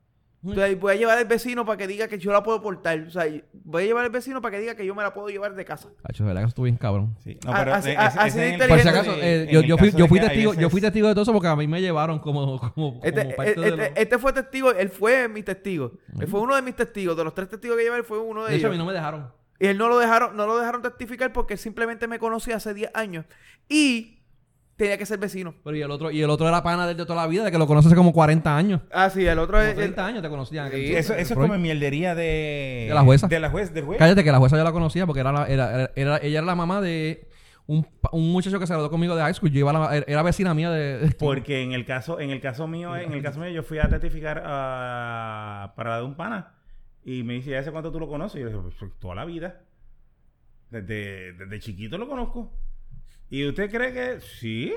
Entonces voy a llevar al vecino para que diga que yo la puedo portar. O sea, voy a llevar al vecino para que diga que yo me la puedo llevar de casa. Cacho, de verdad que estuvo bien cabrón. Sí. No, Ah, pero así- eh, ah, ese- así ese de es el- inteligente. Por si Fíjate, acaso, eh, en yo, el yo fui, caso yo de fui que a testigo, yo fui veces- testigo de todo eso porque a mí me llevaron como, como, como Este, parte eh, de este- los- este fue testigo, él fue mi testigo. Él fue uno de mis testigos. De los tres testigos que llevé, él fue uno de, De hecho, a este ellos. mí no me dejaron. Y él no lo dejaron, no lo dejaron testificar porque él simplemente me conocía hace 10 años. Y tenía que ser vecino. Pero y el otro, y el otro era pana del de toda la vida, de que lo conoce hace como 40 años. Ah, sí, el otro Como es. el- 30 años te conocían. Sí, aquel- Eso, eso es Roy. como mierdería de... De la jueza. De la juez, del juez. Cállate que la jueza yo la conocía porque era, la- era, era- era- ella era la mamá de un, pa- un muchacho que se graduó conmigo de high school. Yo iba a la- era- era vecina mía (laughs) de... (laughs) Porque en el caso, en el caso mío, en el caso mío, yo fui a testificar a, para la de un pana. Y me dice, ¿y hace cuánto tú lo conoces? Y yo le digo, "Pues, toda la vida. Desde, desde chiquito lo conozco. ¿Y usted cree que sí?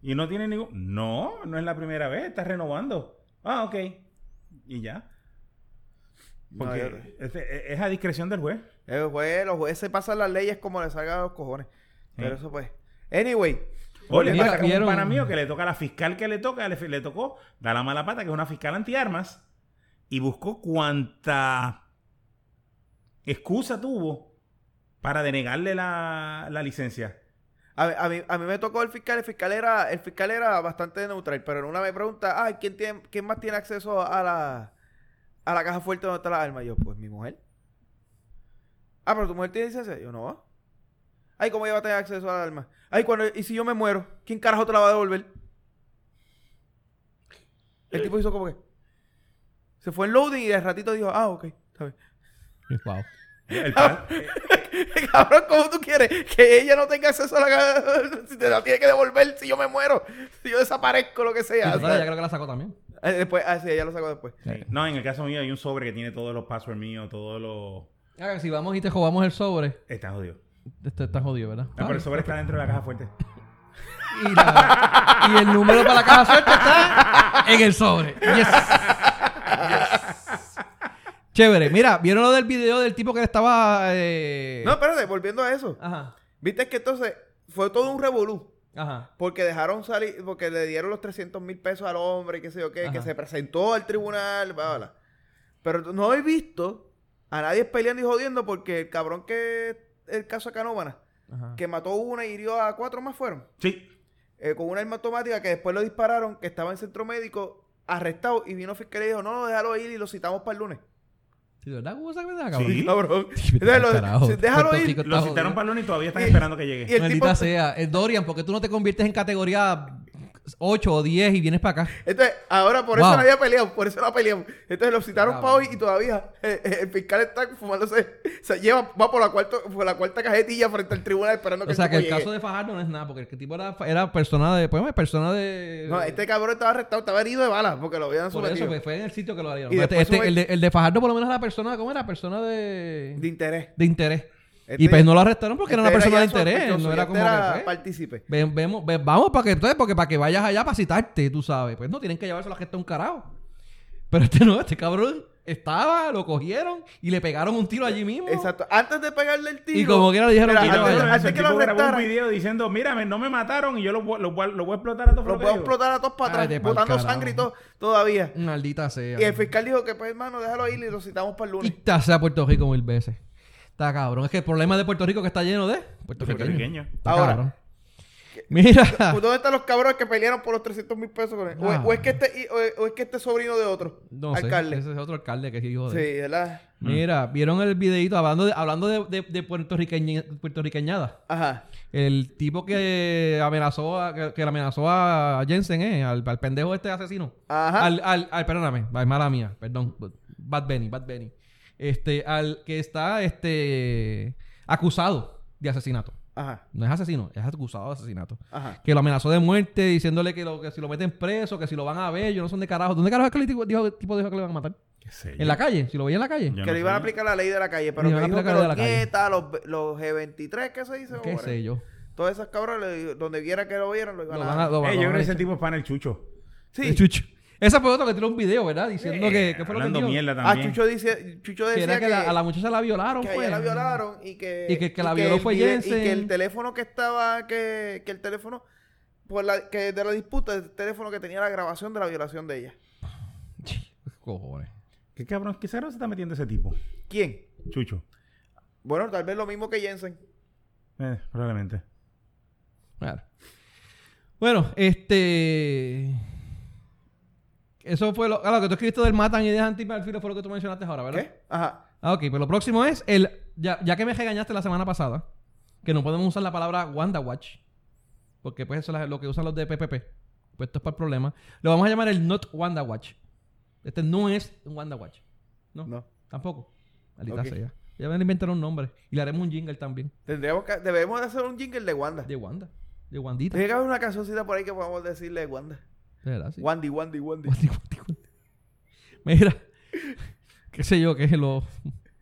Y no tiene ningún. No, no es la primera vez, está renovando. Ah, ok. Y ya. No, Porque yo- este, es, es a discreción del juez. el juez- los jueces pasan las leyes como les salga a los cojones. Pero Sí. eso pues. Anyway. O le Mira, pasa con vieron- un pana mío que le toca a la fiscal que le toca, le, le tocó, da la mala pata, que es una fiscal antiarmas, y buscó cuanta excusa tuvo para denegarle la, la licencia. A, mí- a mí, a mí me tocó el fiscal, el fiscal era, el fiscal era bastante neutral, pero en una me pregunta, ay, ¿quién tiene, quién más tiene acceso a la, a la caja fuerte donde está la arma? Y yo, pues mi mujer. Ah, pero tu mujer tiene licencia. Yo no. Ay, ¿cómo ella va a tener acceso a la arma? Ay, cuando, y si yo me muero, ¿quién carajo te la va a devolver? El tipo hizo como que. Se fue en loading y de ratito dijo, ah, ok, está bien. Wow. El Ah. pan- (laughs) Cabrón, ¿cómo tú quieres que ella no tenga acceso a la ca- (laughs) Si te la tiene que devolver, si yo me muero, si yo desaparezco, lo que Y sea. total, ¿sabes? ella creo que la sacó también. Eh, Después, ah, sí, ella lo sacó después. Sí. No, en el caso mío hay un sobre que tiene todos los passwords míos, todos los... Ah, si vamos y te jugamos el sobre, Está jodido. este está jodido, ¿verdad? No, Ah, pero el sobre está dentro de la caja fuerte. y, la- y el número para la caja suelta está en el sobre. Yes. Chévere. Mira, ¿vieron lo del video del tipo que le estaba. eh, No, espérate, volviendo a eso. Ajá. Viste que entonces fue todo un revolú. Ajá. Porque dejaron salir, porque le dieron los 300 mil pesos al hombre, qué sé yo qué, Ajá. que se presentó al tribunal, bla, bla, bla. Pero no he visto a nadie peleando y jodiendo porque el cabrón que el caso de Canóvana, Ajá. que mató una y hirió a cuatro más fueron, Sí. eh, con una arma automática que después lo dispararon, que estaba en centro médico, arrestado, y vino fiscal y dijo, no, no, déjalo ir y lo citamos para el lunes. Sí, ¿de verdad? ¿Cómo esa mierda, cabrón? Sí. Cabrón. Sí, vete (laughs) Entonces, al lo- carajo. sí, déjalo Puerto ir. Rico está Lo citaron jodido. para el lunes y todavía están Y- esperando que llegue. y el Maldita tipo- sea. Eh, Dorian, ¿por qué tú no te conviertes en categoría 8 o 10 y vienes para acá? Entonces, ahora por eso Wow. no había peleado, por eso no peleamos. Entonces lo citaron Ah, para hoy bueno. y todavía (laughs) eh, eh, el fiscal está fumándose, se lleva, va por la cuarta, por la cuarta cajetilla frente al tribunal esperando que O sea, que el tipo caso llegue. de Fajardo no es nada, porque el tipo era, era persona de. Pues, persona de. No, este cabrón estaba arrestado, estaba herido de balas porque lo habían Por eso, sometido. pues, fue en el sitio que lo harían. Y Este- después este- sube- el, de, el de Fajardo, por lo menos, era la persona. ¿Cómo era? Persona de. de interés. de interés. Este- y pues no lo arrestaron porque era una Este persona de ya interés. sospechoso, No este era como que. pues, partícipe. ven- vemos, ven- vamos para que entonces, porque para que vayas allá para citarte, tú sabes. Pues no, tienen que llevarse a la gente a un carajo. Pero este no, este cabrón estaba, lo cogieron y le pegaron un tiro allí mismo. Exacto. Antes de pegarle el tiro. Y como quiera le dijeron Mira, que no, antes, vaya. antes el que lo tipo grabó un arrestaran, video diciendo, mírame, no me mataron y yo lo, voy- lo voy a- lo voy a explotar a todos los voy a explotar a todos para Cállate atrás, pa'l botando carajo. sangre y todo todavía. Maldita sea. Y el fiscal dijo que pues hermano, déjalo ir y lo citamos para el Y lunes. te hace a Puerto Rico mil veces. Está cabrón. Es que el problema de Puerto Rico es que está lleno de puertorriqueños. Pequeño. Está Ahora. cabrón. (laughs) Mira. Pues, ¿Dónde están los cabrones que pelearon por los 300 mil pesos con él? O, Ah. o es que este, hi- o es- o es que este es sobrino de otro No sé, alcalde. Ese es otro alcalde que es hijo de. sí, ¿verdad? Mira, ¿vieron el videito hablando de, hablando de, de, de puertorriqueñe- puertorriqueñada? Ajá. El tipo que amenazó a, que, que amenazó a Jensen, ¿eh? Al, al pendejo este asesino. Ajá. Al, al, al, perdóname, ay, mala mía, perdón. Bad Benny, Bad Benny. Este, al que está este acusado de asesinato. Ajá. No es asesino, es acusado de asesinato. Ajá. Que lo amenazó de muerte, diciéndole que, lo, que si lo meten preso, que si lo van a ver, yo no son de carajo. ¿Dónde carajo es que el tipo dijo, tipo dijo que le van a matar? ¿Qué sé yo? ¿En la calle? ¿Si lo veía en la calle? Yo que no le iban a sé. aplicar la ley de la calle, pero Le que iban a dijo que aplicar la los ley de la calle. guetas, los, los G23, ¿qué se dice? ¿Qué Ahora, sé yo? Todos esos cabrones, le- donde quiera que lo vieran, lo iban Lo a... van a- lo van- Eh, lo yo van creo a que ese echar. tipo es pana el Chucho. De Sí. Chucho. Esa fue otra que tiró un video, ¿verdad? Diciendo que, Eh, que fue lo que hablando dijo. mierda Ah, también. Chucho, dice, Chucho Que decía era que, que la- a la muchacha la violaron, que a pues. ella la violaron y que... Y que el que la violó el fue video- Jensen. Y que el teléfono que estaba... Que, que el teléfono... Por la, que de la disputa, el teléfono que tenía la grabación de la violación de ella. pues, Cojones. ¿Qué cabrón? ¿Qué cerro se está metiendo ese tipo? ¿Quién? Chucho. Bueno, tal vez lo mismo que Jensen. Eh, probablemente. Claro. Bueno, este... Eso fue lo... Ah, lo que tú escribiste del Matan y de Antiperfilo fue lo que tú mencionaste ahora, ¿verdad? ¿Qué? Ajá. Ah, ok. Pues lo próximo es el... Ya, ya que me regañaste la semana pasada, que no podemos usar la palabra Wanda Watch, porque pues eso es lo que usan los de PPP. Pues esto es para el problema. Lo vamos a llamar el Not Wanda Watch. Este no es un Wanda Watch. No. No. Tampoco. Maldita Ok. sea. Ya van a inventar un nombre. Y le haremos un jingle también. Tendríamos que, debemos de hacer un jingle de Wanda. De Wanda. De Wandita. Tiene que haber una cancioncita por ahí que podamos decirle Wanda. De verdad, sí. Wandy, Wandy, Wandy. Wandi, Wandi, Wandi. Mira. Qué sé yo, qué es lo...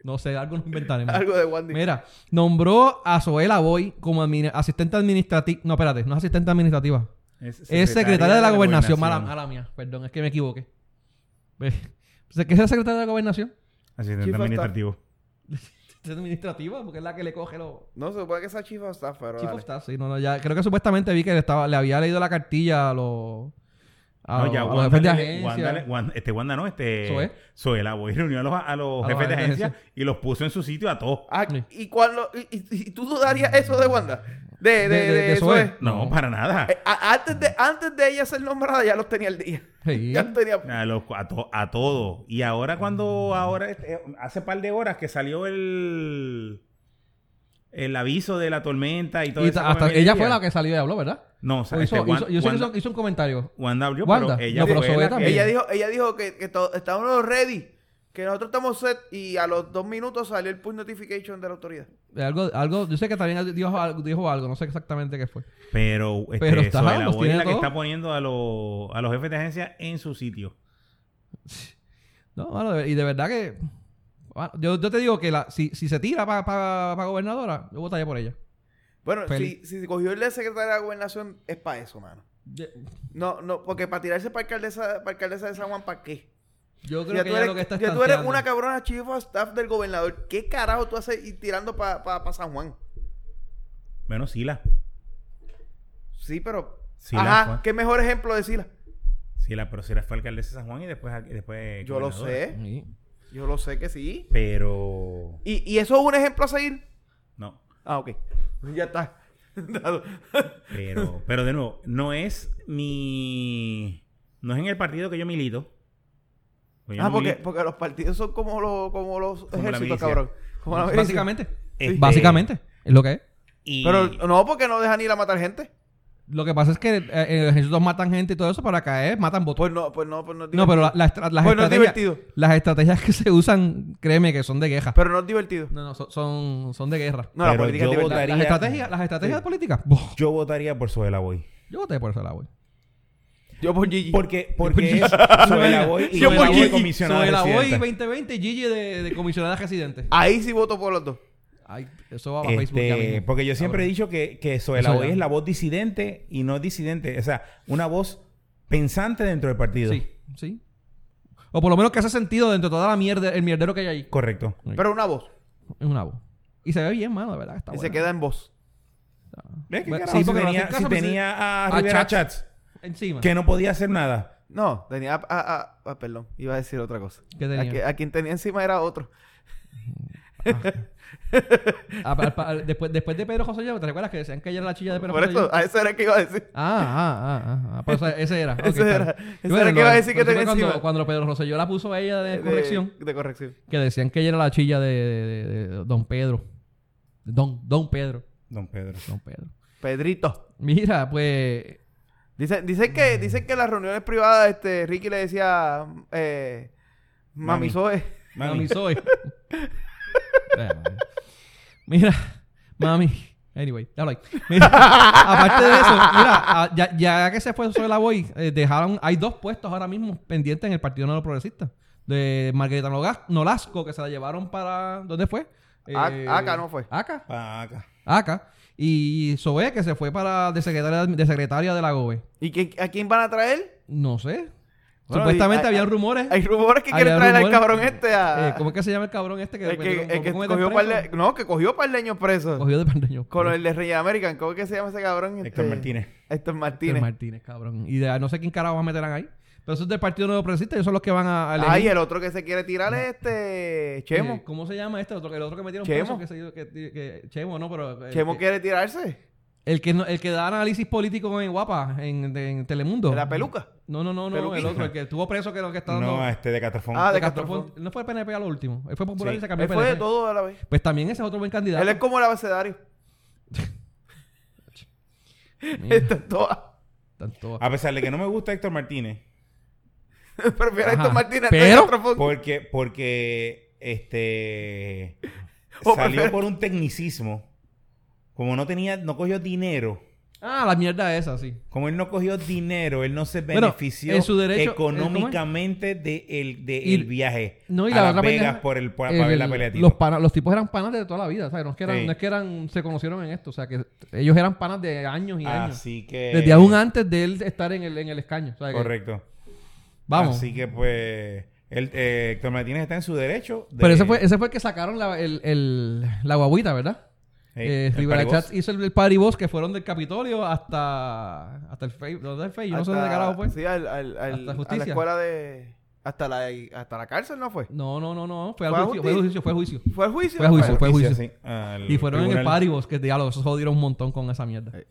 No sé, algo nos (laughs) inventaremos. Algo de Wandy. Mira, nombró a Zoela Boy como admini- asistente administrativa. No, espérate, no es asistente administrativa. Es es secretaria de la gobernación. Mala, mala mía, perdón, es que me equivoqué. Ve, pues, ¿Qué es la secretaria de la (laughs) gobernación? Asistente Chief of administrativo. Es administrativa, porque es la que le coge los. No, se supone que esa chifa está, pero Chief dale. of Staff, sí, no, no, ya, creo que supuestamente vi que le, estaba, le había leído la cartilla a los. A, No, los- ya, a los Wanda jefes de le- agencia. Wanda le- Wanda- este Wanda no, este. Zoe. la voy reunió a los, a los A jefes de agencia y los puso en su sitio a todos. Ah, (laughs) Sí. y, cuando, y, y- y tú dudarías eso de Wanda? De, de, De- de- de, de eso Zoe. es. No, No. para nada. Eh, a- antes, de, antes de ella ser nombrada, ya los tenía al día. Sí. Ya los tenía. A, los- a, to- a todo. Y ahora Mm. cuando, ahora, este, eh, hace par de horas que salió el el aviso de la tormenta y todo Y eso. ta- hasta ella fue la que salió y habló, ¿verdad? No, o O sea, hizo, este, Wan- hizo- yo sé que Wanda- hizo, hizo un comentario. Wanda habló, Wanda. pero ella No, pero fue Zoe la también. que- Ella dijo, ella dijo que, que to- estábamos ready. Que nosotros estamos set y a los dos minutos salió el push notification de la autoridad. Algo, algo, yo sé que también dijo algo, dijo algo, no sé exactamente qué fue. Pero, este, Pero está, Zoe la los Boy es tiene la que todos. está poniendo a, los a los jefes de agencia en su sitio. No, mano, de- y de verdad que. bueno, yo, yo te digo que la, si, si se tira para gobernadora, yo votaría por ella. Bueno, si, Feliz. si cogió el de secretaria de la gobernación, es para eso, mano. No, no, porque para tirarse para alcaldesa, para alcaldesa de San Juan, ¿para qué? Yo creo Ya que tú, ya eres, lo que está ya tú eres estanteando. una cabrona chief of staff del gobernador. ¿Qué carajo tú haces y tirando para pa, pa San Juan? Bueno, Sila. Sí, pero. Sila Ajá, fue. qué mejor ejemplo de Sila. Sila, pero Sila fue alcaldesa de San Juan y después. y después Yo lo gobernadora. sé. Sí. Yo lo sé que sí. Pero. ¿Y, y eso es un ejemplo a seguir? No. Ah, ok. (laughs) Ya está. Dado. Pero, pero de nuevo, no es mi. No es en el partido que yo milito. Pues yo ah, no porque, milito. porque los partidos son como los, como los la ejércitos, milicia. cabrón. Como la milicia. Básicamente. Este, Básicamente. Es lo que es. Y, Pero no, porque no dejan ir a matar gente. Lo que pasa es que eh, en los ejércitos matan gente y todo eso, para caer matan votos. Pues no, pues no, pues no es No, divertido. pero la- la estra- las, Pues no es estrategias, divertido. las estrategias que (laughs) se usan, créeme que son de guerra. Pero no es divertido. No, no, son, son, son de guerra. No, la Pero política es La- yo divertida. votaría- las estrategias, las estrategias políticas, buh, yo votaría por Soela Boy. yo voté por ese lado. Yo por Gigi. (laughs) Porque, porque (laughs) es Soela Boy y Yo Soela por Boy Gigi. comisionada Sobre la BOI residenta. 2020 Gigi de, de comisionada residente. Ahí sí voto por los dos. Ay, eso va para Facebook ya Este, mismo. porque yo siempre he Ahora. dicho que, que Soela Eso Boy ya. es la voz disidente y no disidente. O sea, una voz pensante dentro del partido. Sí, sí. O por lo menos que hace sentido dentro de toda la mierda, el mierdero que hay ahí. Correcto. Pero una voz. Es una voz. Y se ve bien, mano, de verdad. Está y se buena. queda en voz. Está- ¿Ves que Bueno, carajo? sí, si porque no tenía, hacen si caso, pues, tenía a a Rivera Chats. Chats, Encima. que no podía hacer nada. No, tenía. Ah, ah, ah, perdón, iba a decir otra cosa. ¿Qué tenía? A, que- a quien tenía encima era otro. Ah, pa- pa- después, después de Pedro José, ¿te recuerdas que decían que ella era la chilla de Pedro por José? eso, a eso era que iba a decir. Ah, ah, ah, ah, ah. Pues, ese- (laughs) ese era. Ok, Ese está era. bien. Ese Y era que iba a decir que pero tenía cuando, encima. Cuando Pedro Rosselló la puso a ella de, corrección, De, de corrección. que decían que ella era la chilla de, de- de- de Don Pedro. Don, don Pedro. Don Pedro. Don Pedro. Pedrito. Mira, pues. Dicen, dicen, que, Mm. dicen que en las reuniones privadas este, Ricky le decía. Eh, Mami Mami. Zoe. Mami, Mami. soy. Eh, mami. Mira, mami. Anyway, déjalo ahí. Mira, aparte de eso, mira, ah, ya, ya que se fue sobre la boy, eh, dejaron, hay dos puestos ahora mismo pendientes en el Partido Nuevo Progresista. De Margarita Noga- Nolasco, que se la llevaron para. ¿Dónde fue? Eh, A- Aca no fue. Acá. Pa' acá. Acá. Y Sobe, que se fue para de secretaria de, secretaria de la GOBE. ¿Y quién- a quién van a traer? No sé. Bueno, Supuestamente hay- habían hay- rumores. Hay rumores que Había quieren traer al rumores. cabrón este a. Eh, ¿Cómo es que se llama el cabrón este que, el que, el que ¿cómo es cogió preso? par de- No, que cogió par leños presos. Cogido de pandeño. Con el de Rey American. ¿Cómo es que se llama ese cabrón? Héctor Este- Martínez. Héctor Martínez. Martínez. Martínez, cabrón. Y de, ah, no sé quién carajo meterán ahí. Pero eso es del Partido Nuevo Progresista. Ellos son los que van a, a elegir. Ay, el otro que se quiere tirar es este. Chemo. Eh, ¿Cómo se llama este? Otro, el otro que metieron Chemo. preso, Que se- que- que- Chemo, no, pero... eh, Chemo que- quiere tirarse. El que, no- el que da análisis político en Guapa, en, de- en Telemundo. La peluca. No, no, no, no. Peluquín. El otro, el que estuvo preso, que es lo que está dando... No, este de Catrafón. Ah, de de Castro fue- Castrofón. No fue PNP a lo último. Él fue popular Sí. y se cambió Él a fue PNP. de todo a la vez. Pues también ese es otro buen candidato. Él es como el abecedario. (laughs) Mira, Esto es todo. tanto- A pesar de que no me gusta Héctor Martínez, Prefiero a Ajá. Héctor Martínez Pero- antes de Castrofón. porque, porque (laughs) este O salió prefiero- por un tecnicismo. Como no tenía, no cogió dinero. Ah, la mierda esa, sí. Como él no cogió dinero, él no se Bueno, benefició en su derecho- económicamente de el, de Y- el viaje No, y a la Las otra Vegas pendeja- por el, por- el- para ver la pelea de Tito. los, pana- los tipos eran panas de toda la vida, ¿sabes? No es que eran, Sí. no es que eran, se conocieron en esto, o sea, que ellos eran panas de años y años. Así que... Desde aún antes de él estar en el, en el escaño, o sea, que- Correcto. vamos. Así que pues... El, eh, Héctor Martínez está en su derecho. de- Pero ese fue, ese fue el que sacaron la, el, el- la guaguita, ¿verdad? Sí, Eh, el Rivera Paribos. Chats hizo el, el party boss que fueron del Capitolio hasta, hasta el Fey. ¿Dónde es el Fey? Yo no sé dónde Hasta- carajo fue. Sí, al, al- al- Hasta a la justicia. escuela de. Hasta la, hasta la cárcel no fue. No, no, no, no. Fue, al ¿Fue a juicio, fue al justicia? juicio, fue al juicio. Fue al juicio. Fue a juicio, Pero- fue a juicio. sí, al Y fueron en el tribunal. Party Boss, que diablo, esos jodieron un montón con esa mierda. Eh.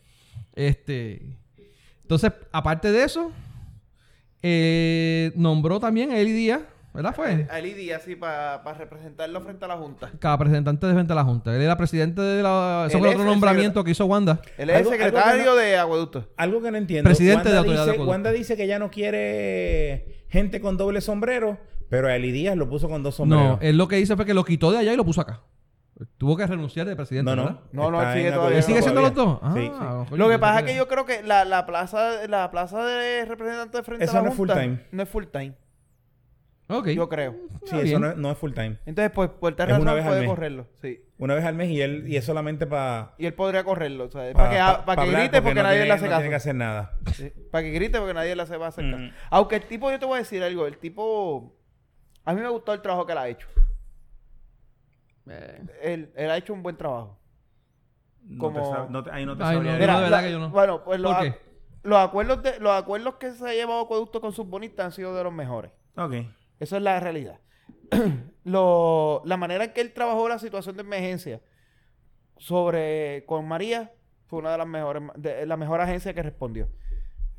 Este. Entonces, aparte de eso, eh, nombró también a Eli Díaz, ¿verdad? Fue A Eli Díaz, sí, para representarlo frente a la Junta. cada representante de frente a la Junta. Él era presidente de la. Eso Él fue es otro el nombramiento que hizo Wanda. Él es el Algo- algo que secretario no- de Agueducto. Algo que no entiendo. Presidente de la Autoridad de dice, Acueducto. Wanda dice que ya no quiere gente con doble sombrero, pero a Eli Díaz lo puso con dos sombreros. No, él lo que hizo fue que lo quitó de allá y lo puso acá. Tuvo que renunciar de presidente. no, no. ¿verdad? No, no, Está él sigue en todavía, ¿Él Pero sigue siendo los todavía. dos? Ah, Sí, sí. coño, Lo que yo pasa es pensé que yo creo que la, la plaza la plaza de representante de frente Eso a la no es full Junta time. no es full time, Ok. yo creo. Sí, Ah, eso bien. no es, no es full time. Entonces, pues por tal Es razón una vez al puede mes. correrlo, sí. Una vez al mes y él y es solamente para Y él podría correrlo, o sea, para que, para que grite porque, nadie le hace no caso. tiene que hacer nada. Para que grite porque nadie le hace va a hacer Mm. caso. Aunque el tipo, yo te voy a decir algo, el tipo A mí me gustó el trabajo que él ha hecho. Eh, Él, él ha hecho un buen trabajo. No Como- te sab- no te- ahí no te Ay, sabría no, decir. no, de verdad la- que yo no. Bueno, pues los, ¿Por a- qué? los acuerdos de, los acuerdos que se ha llevado Acueducto con sus bonistas han sido de los mejores. Ok. Eso es la realidad. (clears throat) Lo- la manera en que él trabajó la situación de emergencia sobre con María fue una de las mejores, ma- de, la mejor agencia que respondió.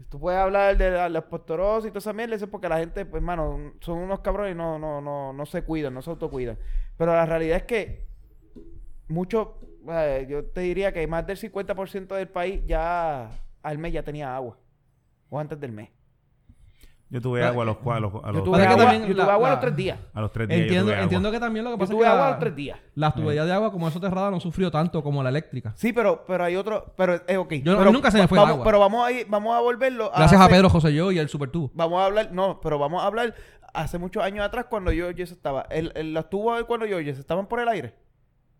Tú puedes hablar de la, la postorosis y toda esa mierda, eso es porque la gente, pues, mano, son unos cabrones y no, no, no, no se cuidan, no se autocuidan. Pero la realidad es que muchos, eh, yo te diría que más del 50% del país ya al mes ya tenía agua. O antes del mes. Yo tuve agua a los, cua- a los, a Yo los, Tuve Pero es que agua, también yo la- tuve agua la- los tres días. a los tres días. yo Entiendo, tuve agua. entiendo que también lo que Yo pasa tuve es que agua la- los tres días. las tuberías de agua como eso cerrada no sufrió tanto como la eléctrica. Sí, pero, pero hay otro. Pero, eh, ok. Yo- pero, nunca se me fue el vamos, agua. Pero vamos a, ir- vamos a volverlo. Gracias a hace- Pedro José Yo y el Supertubo. Vamos a hablar. No, pero vamos a hablar hace muchos años atrás cuando yo, yo estaba. El, el- los tubos de cuando yo, yo estaban por el aire.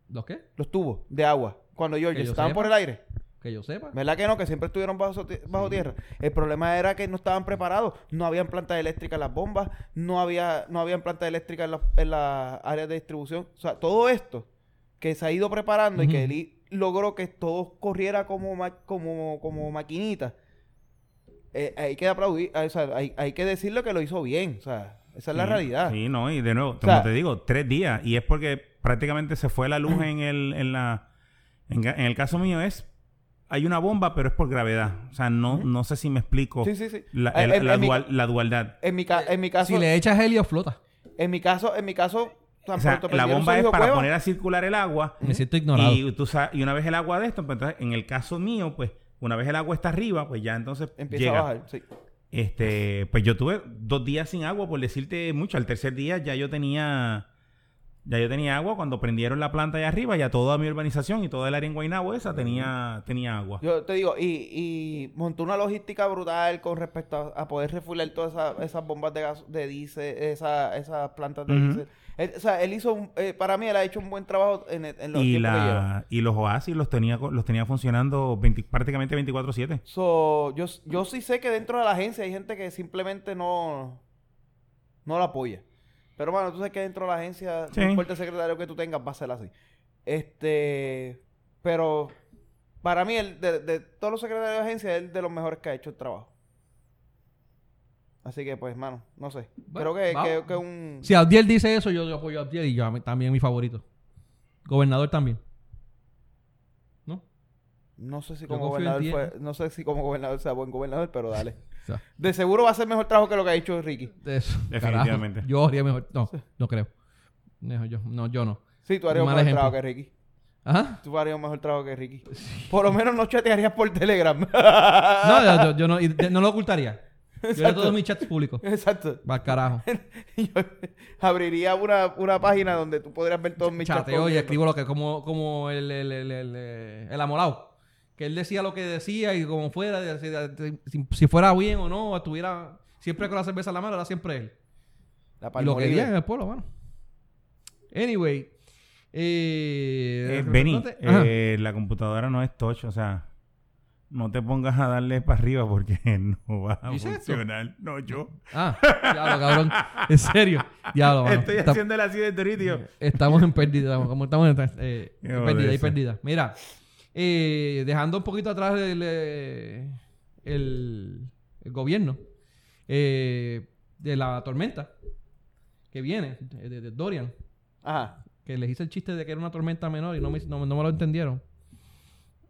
¿Los qué? Los tubos de agua. Cuando yo, yo yo estaban sepa. por el aire. Que yo sepa. ¿Verdad que no? Que siempre estuvieron bajo, ti- bajo tierra. El problema era que no estaban preparados. No habían plantas eléctricas en las bombas. No había no habían plantas eléctricas en las en las áreas de distribución. O sea, todo esto que se ha ido preparando y Ujú. que Eli logró que todo corriera como, ma- como, como maquinita. eh, hay que aplaudir. eh, o sea, hay, hay que decirle que lo hizo bien. O sea, esa es la Sí, realidad. Sí, no, y de nuevo, como sea- te digo, tres días. Y es porque prácticamente se fue la luz en el, en la. En, ga- en el caso mío es. Hay una bomba, pero es por gravedad. O sea, no, no sé si me explico Sí, sí, sí. La, Eh, el- en- la en mi- dual- la dualidad. En mi, ca- en mi caso, Si le echas helio, flota. en mi caso, en mi caso, tan O sea, pronto la prendieron bomba es Sergio para Cuevas, poner a circular el agua. Me siento ignorado. Y, tú sa- y una vez el agua de esto, pues, entonces, en el caso mío, pues, una vez el agua está arriba, pues ya entonces Empieza llega. a bajar. Sí. Este, pues yo tuve dos días sin agua, por decirte mucho. Al tercer día ya yo tenía, ya yo tenía agua. Cuando prendieron la planta allá arriba, ya toda mi urbanización y toda el área en Guaynabo esa tenía, tenía agua. Yo te digo, y, y montó una logística brutal con respecto a, a poder refugiar todas esa- esas bombas de gas, de diésel, esa- esas plantas de Ujú. diésel. Él- o sea, él hizo, un- eh, para mí, él ha hecho un buen trabajo en, el- en los y, tiempos que lleva. la, y los oasis los tenía, co- los tenía funcionando 20 prácticamente 24-7. So, yo, yo sí sé que dentro de la agencia hay gente que simplemente no, no la apoya. Pero bueno, tú sabes que dentro de la agencia, Sí. no importa el secretario que tú tengas, va a ser así. Este, pero para mí, el de, de todos los secretarios de agencia, es el de los mejores que ha hecho el trabajo. Así que, pues, mano, no sé. Creo Bueno, que- que, vamos. que un... Si Abdiel dice eso, yo, yo apoyo a Abdiel y yo a mí también mi favorito. Gobernador también. ¿No? No sé si Yo como confío en gobernador ti, ¿eh? fue- no sé si como gobernador sea buen gobernador, pero dale. O sea, De seguro va a ser mejor trabajo que lo que ha hecho Ricky. de eso. Definitivamente. Carajo. Yo haría mejor. No, no creo. No, yo no. Yo no. Sí, tú harías un Mal mejor ejemplo. trabajo que Ricky. Ajá. Tú harías un mejor trabajo que Ricky. Por lo menos no chatearías por Telegram. (laughs) No, yo, yo- yo no, y de- no lo ocultaría. Yo haría todos mis chats públicos. Exacto. Va al carajo. Yo abriría una, una página donde tú podrías ver todos mis chats. Chateo y públicos. escribo lo que como, como el, el, el, el, eh, el amolao. Que él decía lo que decía y como fuera, de- de- de- si, si fuera bien o no, estuviera siempre con la cerveza en la mano, era siempre él. La Y lo Palmolive. querían en el pueblo, mano. Anyway. Eh, Eh, el Benny, representante- Ajá. eh, la computadora no es touch, o sea, no te pongas a darle para arriba porque (laughs) no va a ¿Yo hice esto? funcionar. No, yo. Ah, diablo, cabrón. En serio. Diablo, mano. Estoy Está- haciendo el accidente ahorita, y yo. Estamos en pérdida, como estamos en, eh, Qué en pérdida, y joderse. pérdida. Mira, eh, dejando un poquito atrás el, eh, el, el gobierno eh, de la tormenta que viene, de, de- de Dorian, Ajá. que les hice el chiste de que era una tormenta menor y no me, no, no me lo entendieron.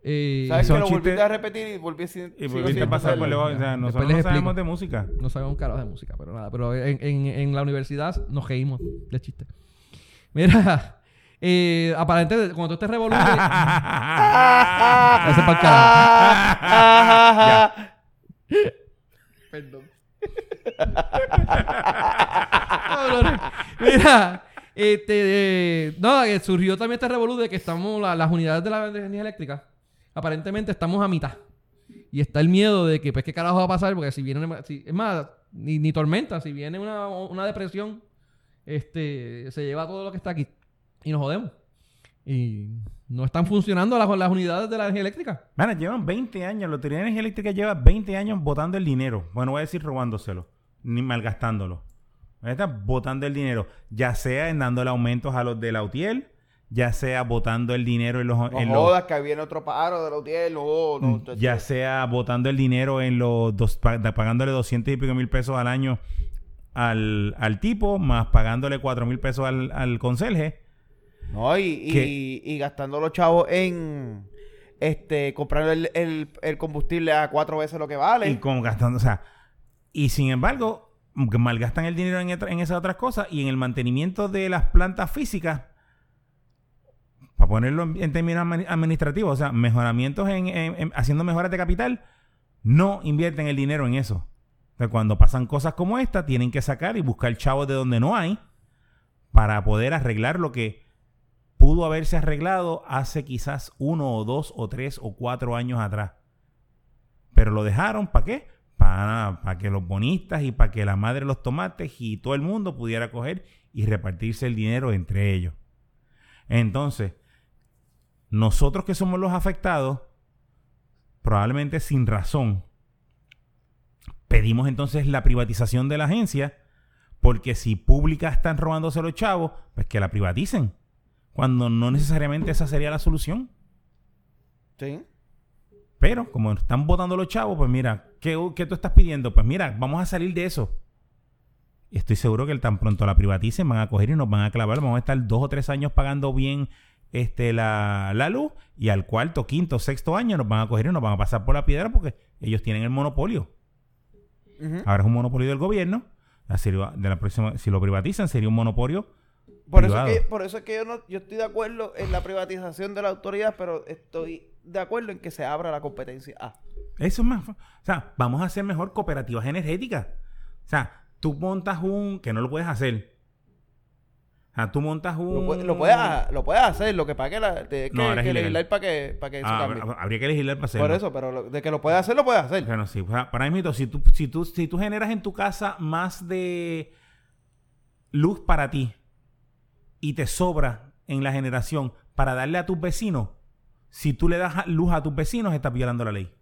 Eh, ¿Sabes que son lo volviste chistes- a repetir y volví sin... Y sigo volviste sin a pasar entenderlo? por debajo. O sea, Después nosotros les no explico. sabemos de música. No sabemos carajo de música, pero nada. Pero en, en- en la universidad nos reímos de chiste. Mira, (laughs) eh, aparentemente, cuando tú estés revolviendo... Ese es pa'l carajo. Ah, ah, ah, (laughs) ah. Cabrones. Mira, este, eh, no, eh, surgió también este revolú de que estamos, la- las unidades de la energía eléctrica, aparentemente estamos a mitad. Y está el miedo de que, pues, ¿qué carajo va a pasar? Porque si viene, una- si- es más, ni, ni tormenta, si viene una, una depresión, este, se lleva todo lo que está aquí y nos jodemos. Y no están funcionando las, las unidades de la energía eléctrica. Mano, llevan 20 años. La Lotería de Energía Eléctrica lleva 20 años botando el dinero. Bueno, voy a decir robándoselo, ni malgastándolo. Me están botando el dinero, ya sea en dándole aumentos a los de la UTIEL, ya sea botando el dinero en los... No en los- jodas que viene otro paro de la UTIEL. No, no, usted- ya sea botando el dinero en los dos, pa- da- pagándole 200 y pico mil pesos al año al, al tipo, más pagándole 4 mil pesos al, al conserje. No, y, y- ¿Qué? y gastando los chavos en este comprando el, el- el combustible a cuatro veces lo que vale. Y como gastando, o sea, y sin embargo, g- malgastan el dinero en, otra- en esas otras cosas y en el mantenimiento de las plantas físicas, para ponerlo en, en términos admi- administrativos, o sea, mejoramientos en, en- en- haciendo mejoras de capital, no invierten el dinero en eso. O sea, cuando pasan cosas como esta, tienen que sacar y buscar chavos de donde no hay para poder arreglar lo que pudo haberse arreglado hace quizás uno o dos o tres o cuatro años atrás. Pero lo dejaron, ¿para qué? Para, para que los bonistas y para que la madre de los tomates y todo el mundo pudiera coger y repartirse el dinero entre ellos. Entonces, nosotros que somos los afectados, probablemente sin razón, pedimos entonces la privatización de la agencia, porque si pública están robándose los chavos, pues que la privaticen, cuando no necesariamente esa sería la solución. Sí. Pero como están votando los chavos, pues mira, ¿qué, qué tú estás pidiendo? Pues mira, vamos a salir de eso. Y estoy seguro que el tan pronto la privaticen, van a coger y nos van a clavar. Vamos a estar dos o tres años pagando bien este, la, la luz. Y al cuarto, quinto, sexto año nos van a coger y nos van a pasar por la piedra porque ellos tienen el monopolio. Ujú. Ahora es un monopolio del gobierno. Así lo- de la próxima, si lo privatizan, sería un monopolio. Por eso, privado. es que, por eso es que yo no, yo estoy de acuerdo en la privatización de la autoridad, pero estoy de acuerdo en que se abra la competencia. Ah, Eso es más. fa- O sea, vamos a hacer mejor cooperativas energéticas. O sea, tú montas un. que no lo puedes hacer. O sea, tú montas un. lo, pue- lo puedes, ha- lo puedes hacer, lo que pasa es que la, tienes Mm. No, que- ahora es que ilegal. legislar para que, para que eso Ah, cambie. habr- habría que legislar para hacerlo. por eso, pero lo- de que lo puedes hacer, lo puedes hacer. Bueno, sí. o sea, para mí, mito, si tú, si, tú, si tú generas en tu casa más de luz para ti y te sobra en la generación para darle a tus vecinos, si tú le das a- luz a tus vecinos, estás violando la ley.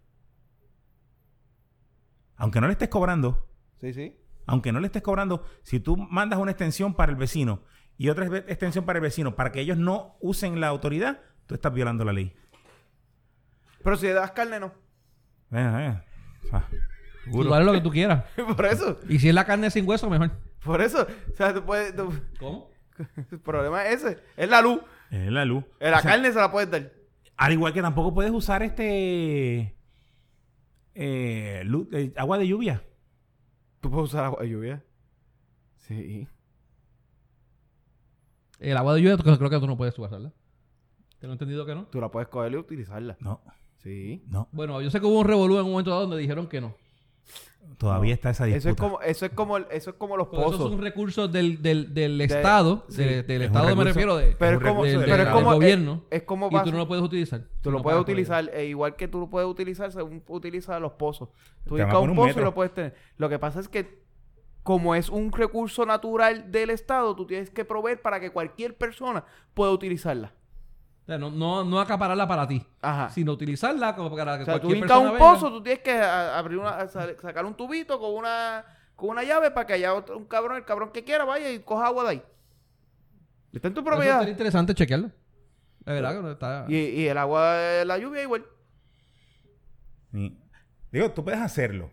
Aunque no le estés cobrando. Sí, sí. aunque no le estés cobrando, si tú mandas una extensión para el vecino y otra ve- extensión para el vecino, para que ellos no usen la autoridad, tú estás violando la ley. Pero si le das carne, no. Eh, eh, o sea, Tú dale lo que tú quieras. (laughs) por eso, Y si es la carne sin hueso, mejor. por eso. O sea, tú puedes. tú- ¿Cómo? el problema es ese. Es la luz. es la luz. Eh, La O sea, carne se la puedes dar. Al igual que tampoco puedes usar este eh, lu- eh, agua de lluvia. ¿Tú puedes usar agua de lluvia? Sí. El agua de lluvia creo creo que tú no puedes usarla. Tengo entendido que no. Tú la puedes coger y utilizarla. No, Sí. no, Bueno, yo sé que hubo un revolú en un momento dado donde dijeron que no. todavía No. está esa disputa. Eso es como, eso es como, el- eso es como los Porque Eso es pozos. un recurso del, del, del Estado. sí, del del es un Estado me recurso. refiero de, Pero un es como, del, recurso del- pero es del como, es, gobierno. es como y vas- tú no lo puedes utilizar. tú lo no puedes pagas por ello. utilizar, e igual que tú lo puedes utilizar, según utilizas los pozos. Tú Te ubicas vas con un un pozo metro. y lo puedes tener. Lo que pasa es que, como es un recurso natural del Estado, tú tienes que proveer para que cualquier persona pueda utilizarla. O sea, no, no, no acapararla para ti, Ajá. sino utilizarla como para que O sea, tú cualquier ubicas persona un venga. pozo, tú tienes que a- abrir una, a sa- sacar un tubito con una, con una llave para que haya otro- un cabrón, el cabrón que quiera, vaya y coja agua de ahí. Está en tu Eso propiedad. sería interesante chequearlo. La verdad que no está... Y, y el agua de la lluvia igual. Ni- Digo, tú puedes hacerlo.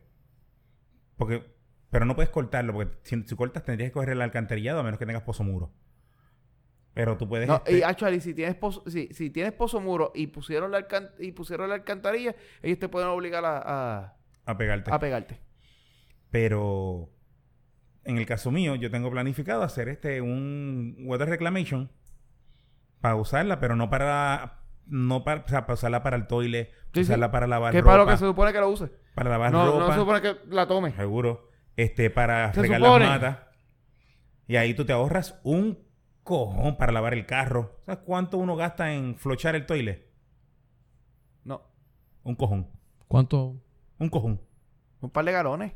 Porque, pero no puedes cortarlo, porque si, si cortas tendrías que coger el alcantarillado a menos que tengas pozo muro. Pero tú puedes. No, este, y actually, si tienes pozo, si, si tienes pozo muro y pusieron la alcan- y pusieron la alcantarilla, ellos te pueden obligar a, a- a pegarte. a pegarte. pero en el caso mío, yo tengo planificado hacer este un water reclamation para usarla, pero no para no para, o sea, para usarla para el toile, Sí, sí. usarla para lavar Que ropa, para lo que se supone que la use. para lavar No, ropa. no se supone que la tome. Seguro. Este, para Se fregar supone. las matas. Y ahí tú te ahorras un cojón para lavar el carro. ¿Sabes cuánto uno gasta en flochar el toile? No, Un cojón. ¿Cuánto...? Un cojón. un par de galones.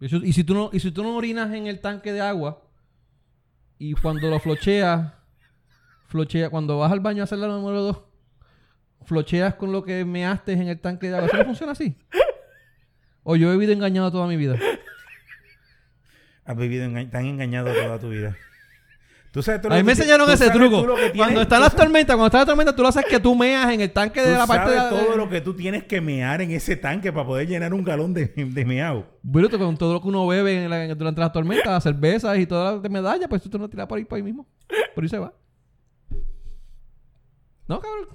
Y, eso- y si tú no, y si tú no orinas en el tanque de agua y cuando lo flocheas, flochea, cuando vas al baño a hacer la número 2, flocheas con lo que measte en el tanque de agua. ¿Eso no funciona así? ¿O yo he vivido engañado toda mi vida? Has vivido enga- tan engañado toda tu (laughs) vida. Tú sabes, tú A mí lo me que- enseñaron tú ese sabes truco. tú lo que tienes- Cuando están tú las sabes- tormentas, cuando está la tormenta, tú lo haces que tú meas en el tanque de tú la parte sabes de todo lo que tú tienes que mear en ese tanque para poder llenar un galón de, de meao. Bruto, con todo lo que uno bebe en la- en- durante las tormentas, las cervezas y todas las de medallas, pues tú te lo tiras por ahí, por ahí mismo. Por ahí se va. No, cabrón.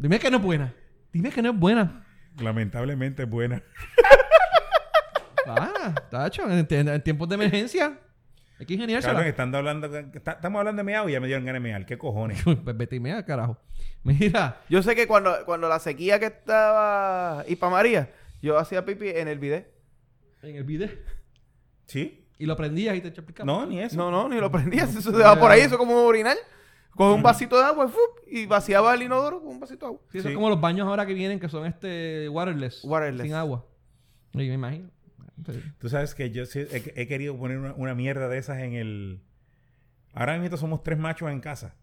Dime que no es buena. Dime que no es buena. Lamentablemente es buena. Ah, tacho, en, en- en tiempos de emergencia. Hay que ingeniársela. Cabrón, están hablando, que está- estamos hablando de meao y ya me dieron ganas de mear. ¿Qué cojones? Pues vete y mea, carajo. Mira, Yo sé que cuando, cuando la sequía que estaba y para María, yo hacía pipi en el bidet. en el video. ¿Sí? Y lo prendías y te explicaba. No, ni eso. No, no, ni lo prendías. Eso se va por ahí, eso es como orinar. Con Mm. un vasito de agua ¡fup! y vaciaba el inodoro con un vasito de agua. Sí, eso Sí. es como los baños ahora que vienen que son este waterless. Waterless. Sin agua. Y me imagino. Sí. Tú sabes que yo sí he, he querido poner una, una mierda de esas en el. Ahora mismo somos tres machos en casa.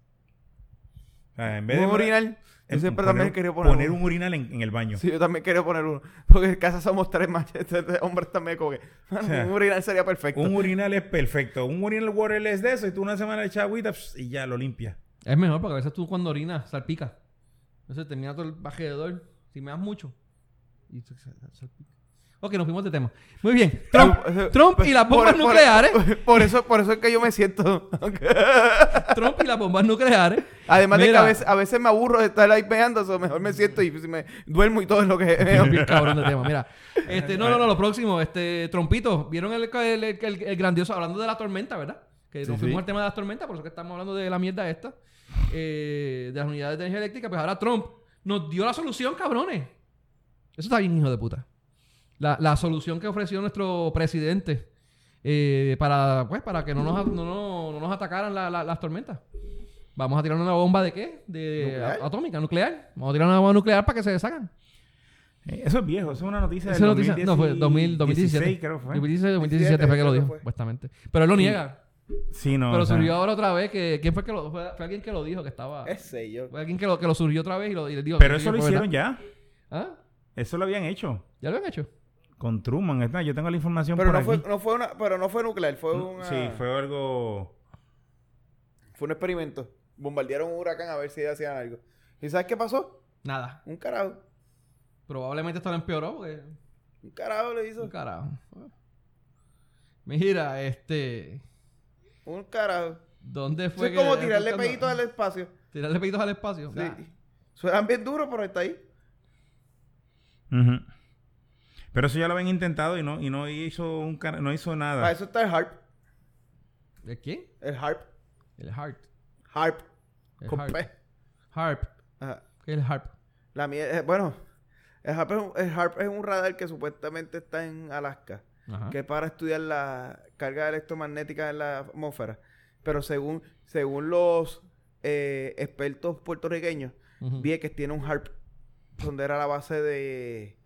O sea, en vez de Un urinal. Yo en- siempre poner también un- quería poner, poner uno. un urinal en, en el baño. Sí, yo también quería poner uno. Porque en casa somos tres (laughs) machetes de hombres también como que... mano, sea, un urinal sería perfecto. (laughs) Un urinal es perfecto. Un urinal waterless de eso y tú una semana le echas agüita pss, y ya lo limpia. Es mejor porque a veces tú cuando orinas salpica. Entonces termina todo el bajedor. Si me das mucho. Y se- se- salpica. Ok, nos fuimos de tema. Muy bien. Trump, Pues, Por- Trump y las bombas nucleares. Por, eso, por eso es que yo me siento... (laughs) Trump y las bombas nucleares. Además de que Mira. a veces, a veces me aburro de estar ahí pegando, o sea, mejor me siento y si me duermo y todo es lo que (laughs) veo. Bien cabrón de tema, mira. Este, no, no, no, lo próximo, este, Trompito, ¿vieron el, el- el- el grandioso hablando de la tormenta, verdad? Que nos Sí, fuimos sí. al tema de las tormentas, por eso que estamos hablando de la mierda esta, eh, de las unidades de energía eléctrica, pues ahora Trump nos dio la solución, cabrones. Eso está bien, hijo de puta. La, la solución que ofreció nuestro presidente eh, para, pues, para que no nos, no, no- no nos atacaran la- la- las tormentas. Vamos a tirar una bomba de qué? De ¿Nuclear? a- atómica, nuclear. Vamos a tirar una bomba nuclear para que se deshagan. Eh, Eso es viejo, eso es una noticia Esa del noticia, no, fue 2000, 2017. 2016, creo que fue. 2016, 2017 fue que lo creo que dijo, fue. supuestamente. Pero él lo niega. Sí, no. Pero o sea, surgió ahora otra vez que... ¿Quién fue que lo...? Fue, fue alguien que lo dijo que estaba... Ese yo. Fue alguien que lo, que lo surgió otra vez y, lo, y le dijo... pero que eso lo fue hicieron verdad. ya. ¿Ah? Eso lo habían hecho ¿Ya lo han hecho? con Truman. Es más, Yo tengo la información Pero por no fue, aquí. no fue una, pero no fue nuclear, fue una, Sí, fue algo. fue un experimento. Bombardearon un huracán a ver si hacían algo. ¿Y sabes qué pasó? Nada. Un carajo. Probablemente esto lo empeoró porque... Un carajo le hizo. Un carajo. Mira, este... Un carajo. ¿Dónde Eso fue es que- como tirarle buscando- peditos al espacio. Tirarle peditos al espacio. Sí. Nah. Suenan bien duros, pero está ahí. Ujú. Pero eso ya lo habían intentado y no, y no hizo un cara- no hizo nada. Ah. Para Ah, eso está el harp. ¿El quién? El harp. El harp. Harp. El Con harp. P. Harp. Ajá. ¿Qué es el harp? La mía, eh, bueno, el HARP, es un, el HAARP es un radar que supuestamente está en Alaska, Ajá. que es para estudiar la carga electromagnética en la atmósfera. Pero según, según los eh, expertos puertorriqueños, Ujú. Vieques tiene un HARP, donde era la base de...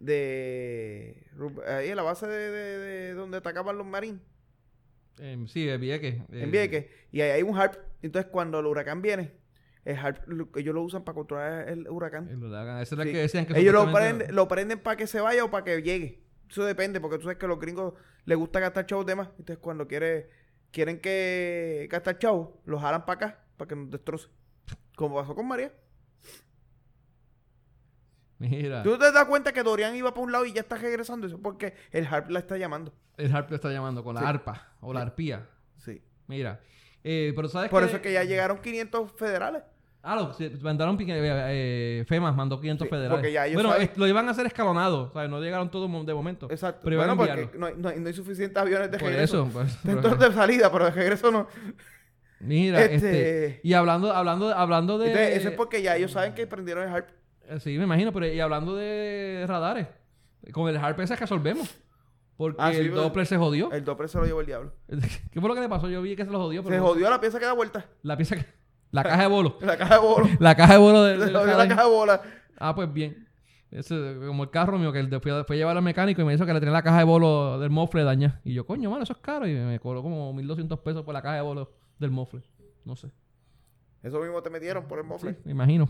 de Ru- ahí en la base de, de- de donde atacaban los marines, Em, sí, en Vieques. en Eh, Vieques, y ahí hay un HARP. Entonces, cuando el huracán viene, el HARP, lo- ellos lo usan para controlar el huracán. El huracán. Esa es la Sí. que decían que Ellos lo supuestamente- prenden, lo prenden para que se vaya o para que llegue. Eso depende, porque tú sabes que a los gringos les gusta gastar chavos de más. Entonces, cuando quiere, quieren que gastar chavos, los jalan para acá para que nos destroce. Como pasó con María. Mira, Tú te das cuenta que Dorian iba para un lado y ya está regresando. Eso es porque el Harp la está llamando. el harp lo está llamando con la Sí. arpa o la arpía. Sí. Mira. Eh, pero sabes Por que... eso es que ya llegaron 500 federales. Ah, lo, se- mandaron... pique- eh, eh, FEMAS mandó 500 Sí, federales. porque ya ellos bueno, saben- es- lo iban a hacer escalonado. O sea, no llegaron todos mo- de momento. Exacto. Pero iban bueno, a porque enviarlo. no hay, no hay- no hay suficientes aviones de (laughs) Por regreso. eso. pues, Entonces, de salida, pero de regreso no. (laughs) mira, este... este- Y hablando, hablando, hablando de... Entonces, eso es porque ya ellos saben que prendieron el Harp. Eh, Sí, me imagino, pero y hablando de radares, con el harp ese resolvemos. Porque Ah, sí, el pero- Doppler se jodió. El doble se lo llevó el diablo. (laughs) ¿Qué fue lo que le pasó? Yo vi que se lo jodió. Pero Se jodió la pieza que da vuelta. (laughs) La pieza que... La caja de bolos. La caja de (laughs) bola. La caja de bolos de, Se del jodió la jardín. caja de bola. Ah, pues bien. Ese, como el carro mío, que el de- fui, a- fui a llevar al mecánico y me dijo que le tenía la caja de bolos del mofle dañada. Y yo, coño, mano, eso es caro. Y me, me cobró como 1200 pesos por la caja de bolos del mofle. No sé. Eso mismo te metieron por el Sí, mofle. me imagino.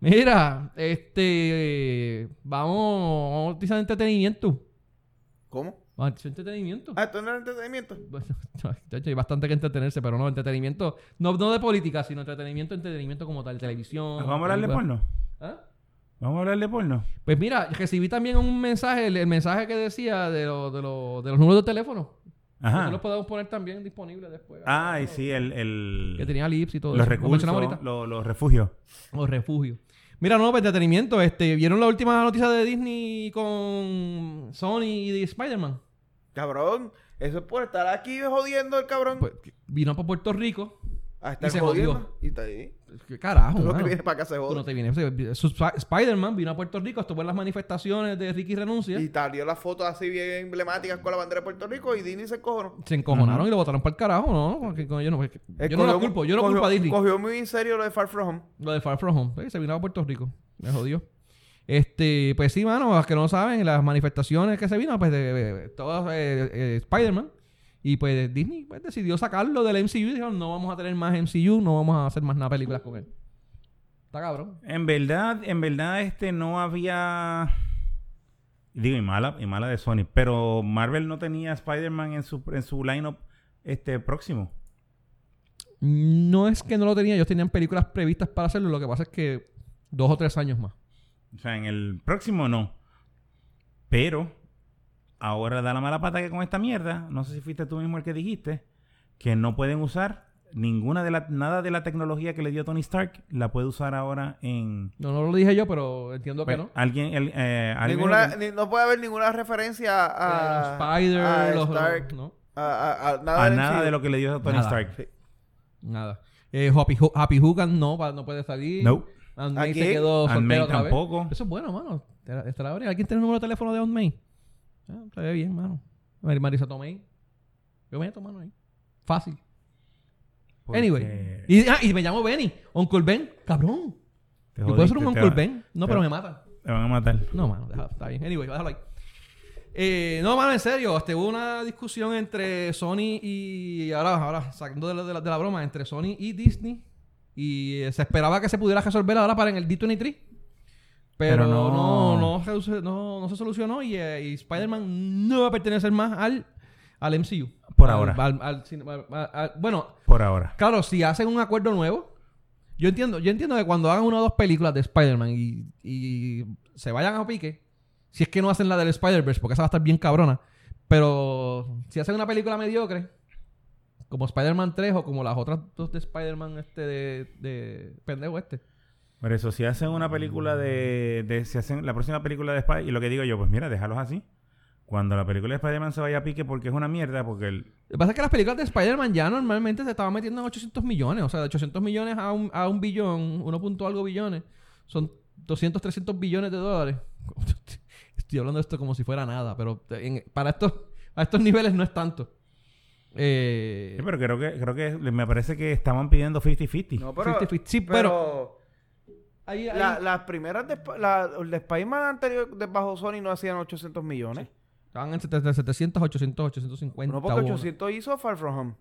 Mira, este. Vamos, vamos a utilizar entretenimiento. ¿Cómo? Vamos Ah, es entretenimiento. Ah, esto no era entretenimiento. Bueno, (laughs) de hecho, hay bastante que entretenerse, pero no, entretenimiento. No, no de política, sino entretenimiento, entretenimiento como tal, televisión. ¿Nos ¿Vamos a hablar de películas. porno? ¿Ah? ¿Vamos a hablar de porno? Pues mira, recibí también un mensaje, el, el mensaje que decía de, lo- de, lo- de los números de teléfono. Nosotros los Ajá. podemos poner también disponibles después. Ay, Ah, sí, el... Que el tenía lips y todo. los eso. Lo recursos, mencionamos ahorita. lo- los refugios. O refugio. Mira, no, pues, entretenimiento. Este, ¿Vieron la última noticia de Disney con Sony y de Spider-Man? Cabrón, eso es por estar aquí jodiendo el cabrón. Pues, que vino para Puerto Rico. a y estar se jodiendo. jodió. Y está ahí. ¿Qué carajo? Todo lo que mano? viene para acá se Tú no jode. te vienes. Su- Sp- Spider-Man vino a Puerto Rico, estuvo en las manifestaciones de Ricky Renuncia. Y salió las fotos así bien emblemáticas con la bandera de Puerto Rico y Disney se encojonó. Se encojonaron Ajá. y lo botaron para el carajo, ¿no? Porque coño, yo no, porque- yo no lo Cogió- culpo, yo no cogió- culpo a Disney. Cogió muy en serio lo de Far From Home. Lo de Far From Home. Sí, se vino a Puerto Rico. Me jodió. Este, pues sí, mano, los que no saben, las manifestaciones que se vino, pues de, de- de- todos eh, eh, Spider-Man. Y pues Disney pues, decidió sacarlo del MCU y dijeron, no vamos a tener más MCU, no vamos a hacer más nada películas con él. Está cabrón. En verdad, en verdad, este no había. Digo, y mala, y mala de Sony. Pero Marvel no tenía Spider-Man en su, en su lineup este, próximo. No es que no lo tenían, ellos tenían películas previstas para hacerlo, lo que pasa es que dos o tres años más. O sea, en el próximo no. Pero ahora da la mala pata que con esta mierda, no sé si fuiste tú mismo el que dijiste, que no pueden usar ninguna de la, nada de la tecnología que le dio Tony Stark, la puede usar ahora en. No, no lo dije yo, pero entiendo Pues, que no. Alguien, el, eh, alguien- Ninguna, ni- no puede haber ninguna referencia a. Pero Eh, los Spider, a los Ah, Stark, no, a, a- a nada, a del nada MCU. de lo que le dio a Tony Nada. Stark. nada. Eh, Happy, Ho- Happy Hogan no, va- no puede salir. No. Aunt May se Aquí, quedó Aunt May soltera otra vez. tampoco. Eso es bueno, mano. Estará- Estará bien. ¿Alguien tiene el número de teléfono de Aunt May? Ah, estaría bien, mano. Mar- Marisa Tomei. Yo meto mano ahí. Fácil. Anyway. Porque- Y, ah, y me llamo Benny. Uncle Ben. Cabrón. Te Yo puedo ser jodiste, un te Uncle va- Ben. No, te pero va- me mata. Te van a matar. No, mano. deja- está bien. Anyway, déjalo ahí. Eh, no, mano, en serio. Este, hubo una discusión entre Sony y... Ahora, ahora sacando de la, de la- de la broma. Entre Sony y Disney. Y eh, se esperaba que se pudiera resolver ahora para en el D23. Pero, Pero no. no. No, se- no- no se solucionó y, eh, y Spider-Man no va a pertenecer más al, al MCU. Por Al- ahora. al- al cine- al- al- al- bueno, Por ahora. Claro, si hacen un acuerdo nuevo, yo entiendo, yo entiendo que cuando hagan una o dos películas de Spider-Man y, y se vayan a pique, si es que no hacen la del Spider-Verse, porque esa va a estar bien cabrona, pero si hacen una película mediocre, como Spider-Man 3 o como las otras dos de Spider-Man este de, de pendejo este, Por eso, si hacen una película de, de- Si hacen la próxima película de Spider-Man. Y lo que digo yo, pues mira, déjalos así. Cuando la película de Spider-Man se vaya a pique porque es una mierda, porque el. Lo que pasa es que las películas de Spider-Man ya normalmente se estaban metiendo en 800 millones. O sea, de 800 millones a un, a un billón, uno punto algo billones, son 200, 300 billones de dólares. (laughs) Estoy hablando de esto como si fuera nada, pero en- para estos, a estos niveles no es tanto. Eh, Sí, pero creo que, creo que me parece que estaban pidiendo 50-50. No, pero. 50-50. Sí, pero ahí- ahí- la- las primeras de, Sp- la, el de Spider-Man anterior de bajo Sony no hacían 800 millones. estaban en 700, 700, 800, 850. No, porque bonos. 800 hizo Far From Home.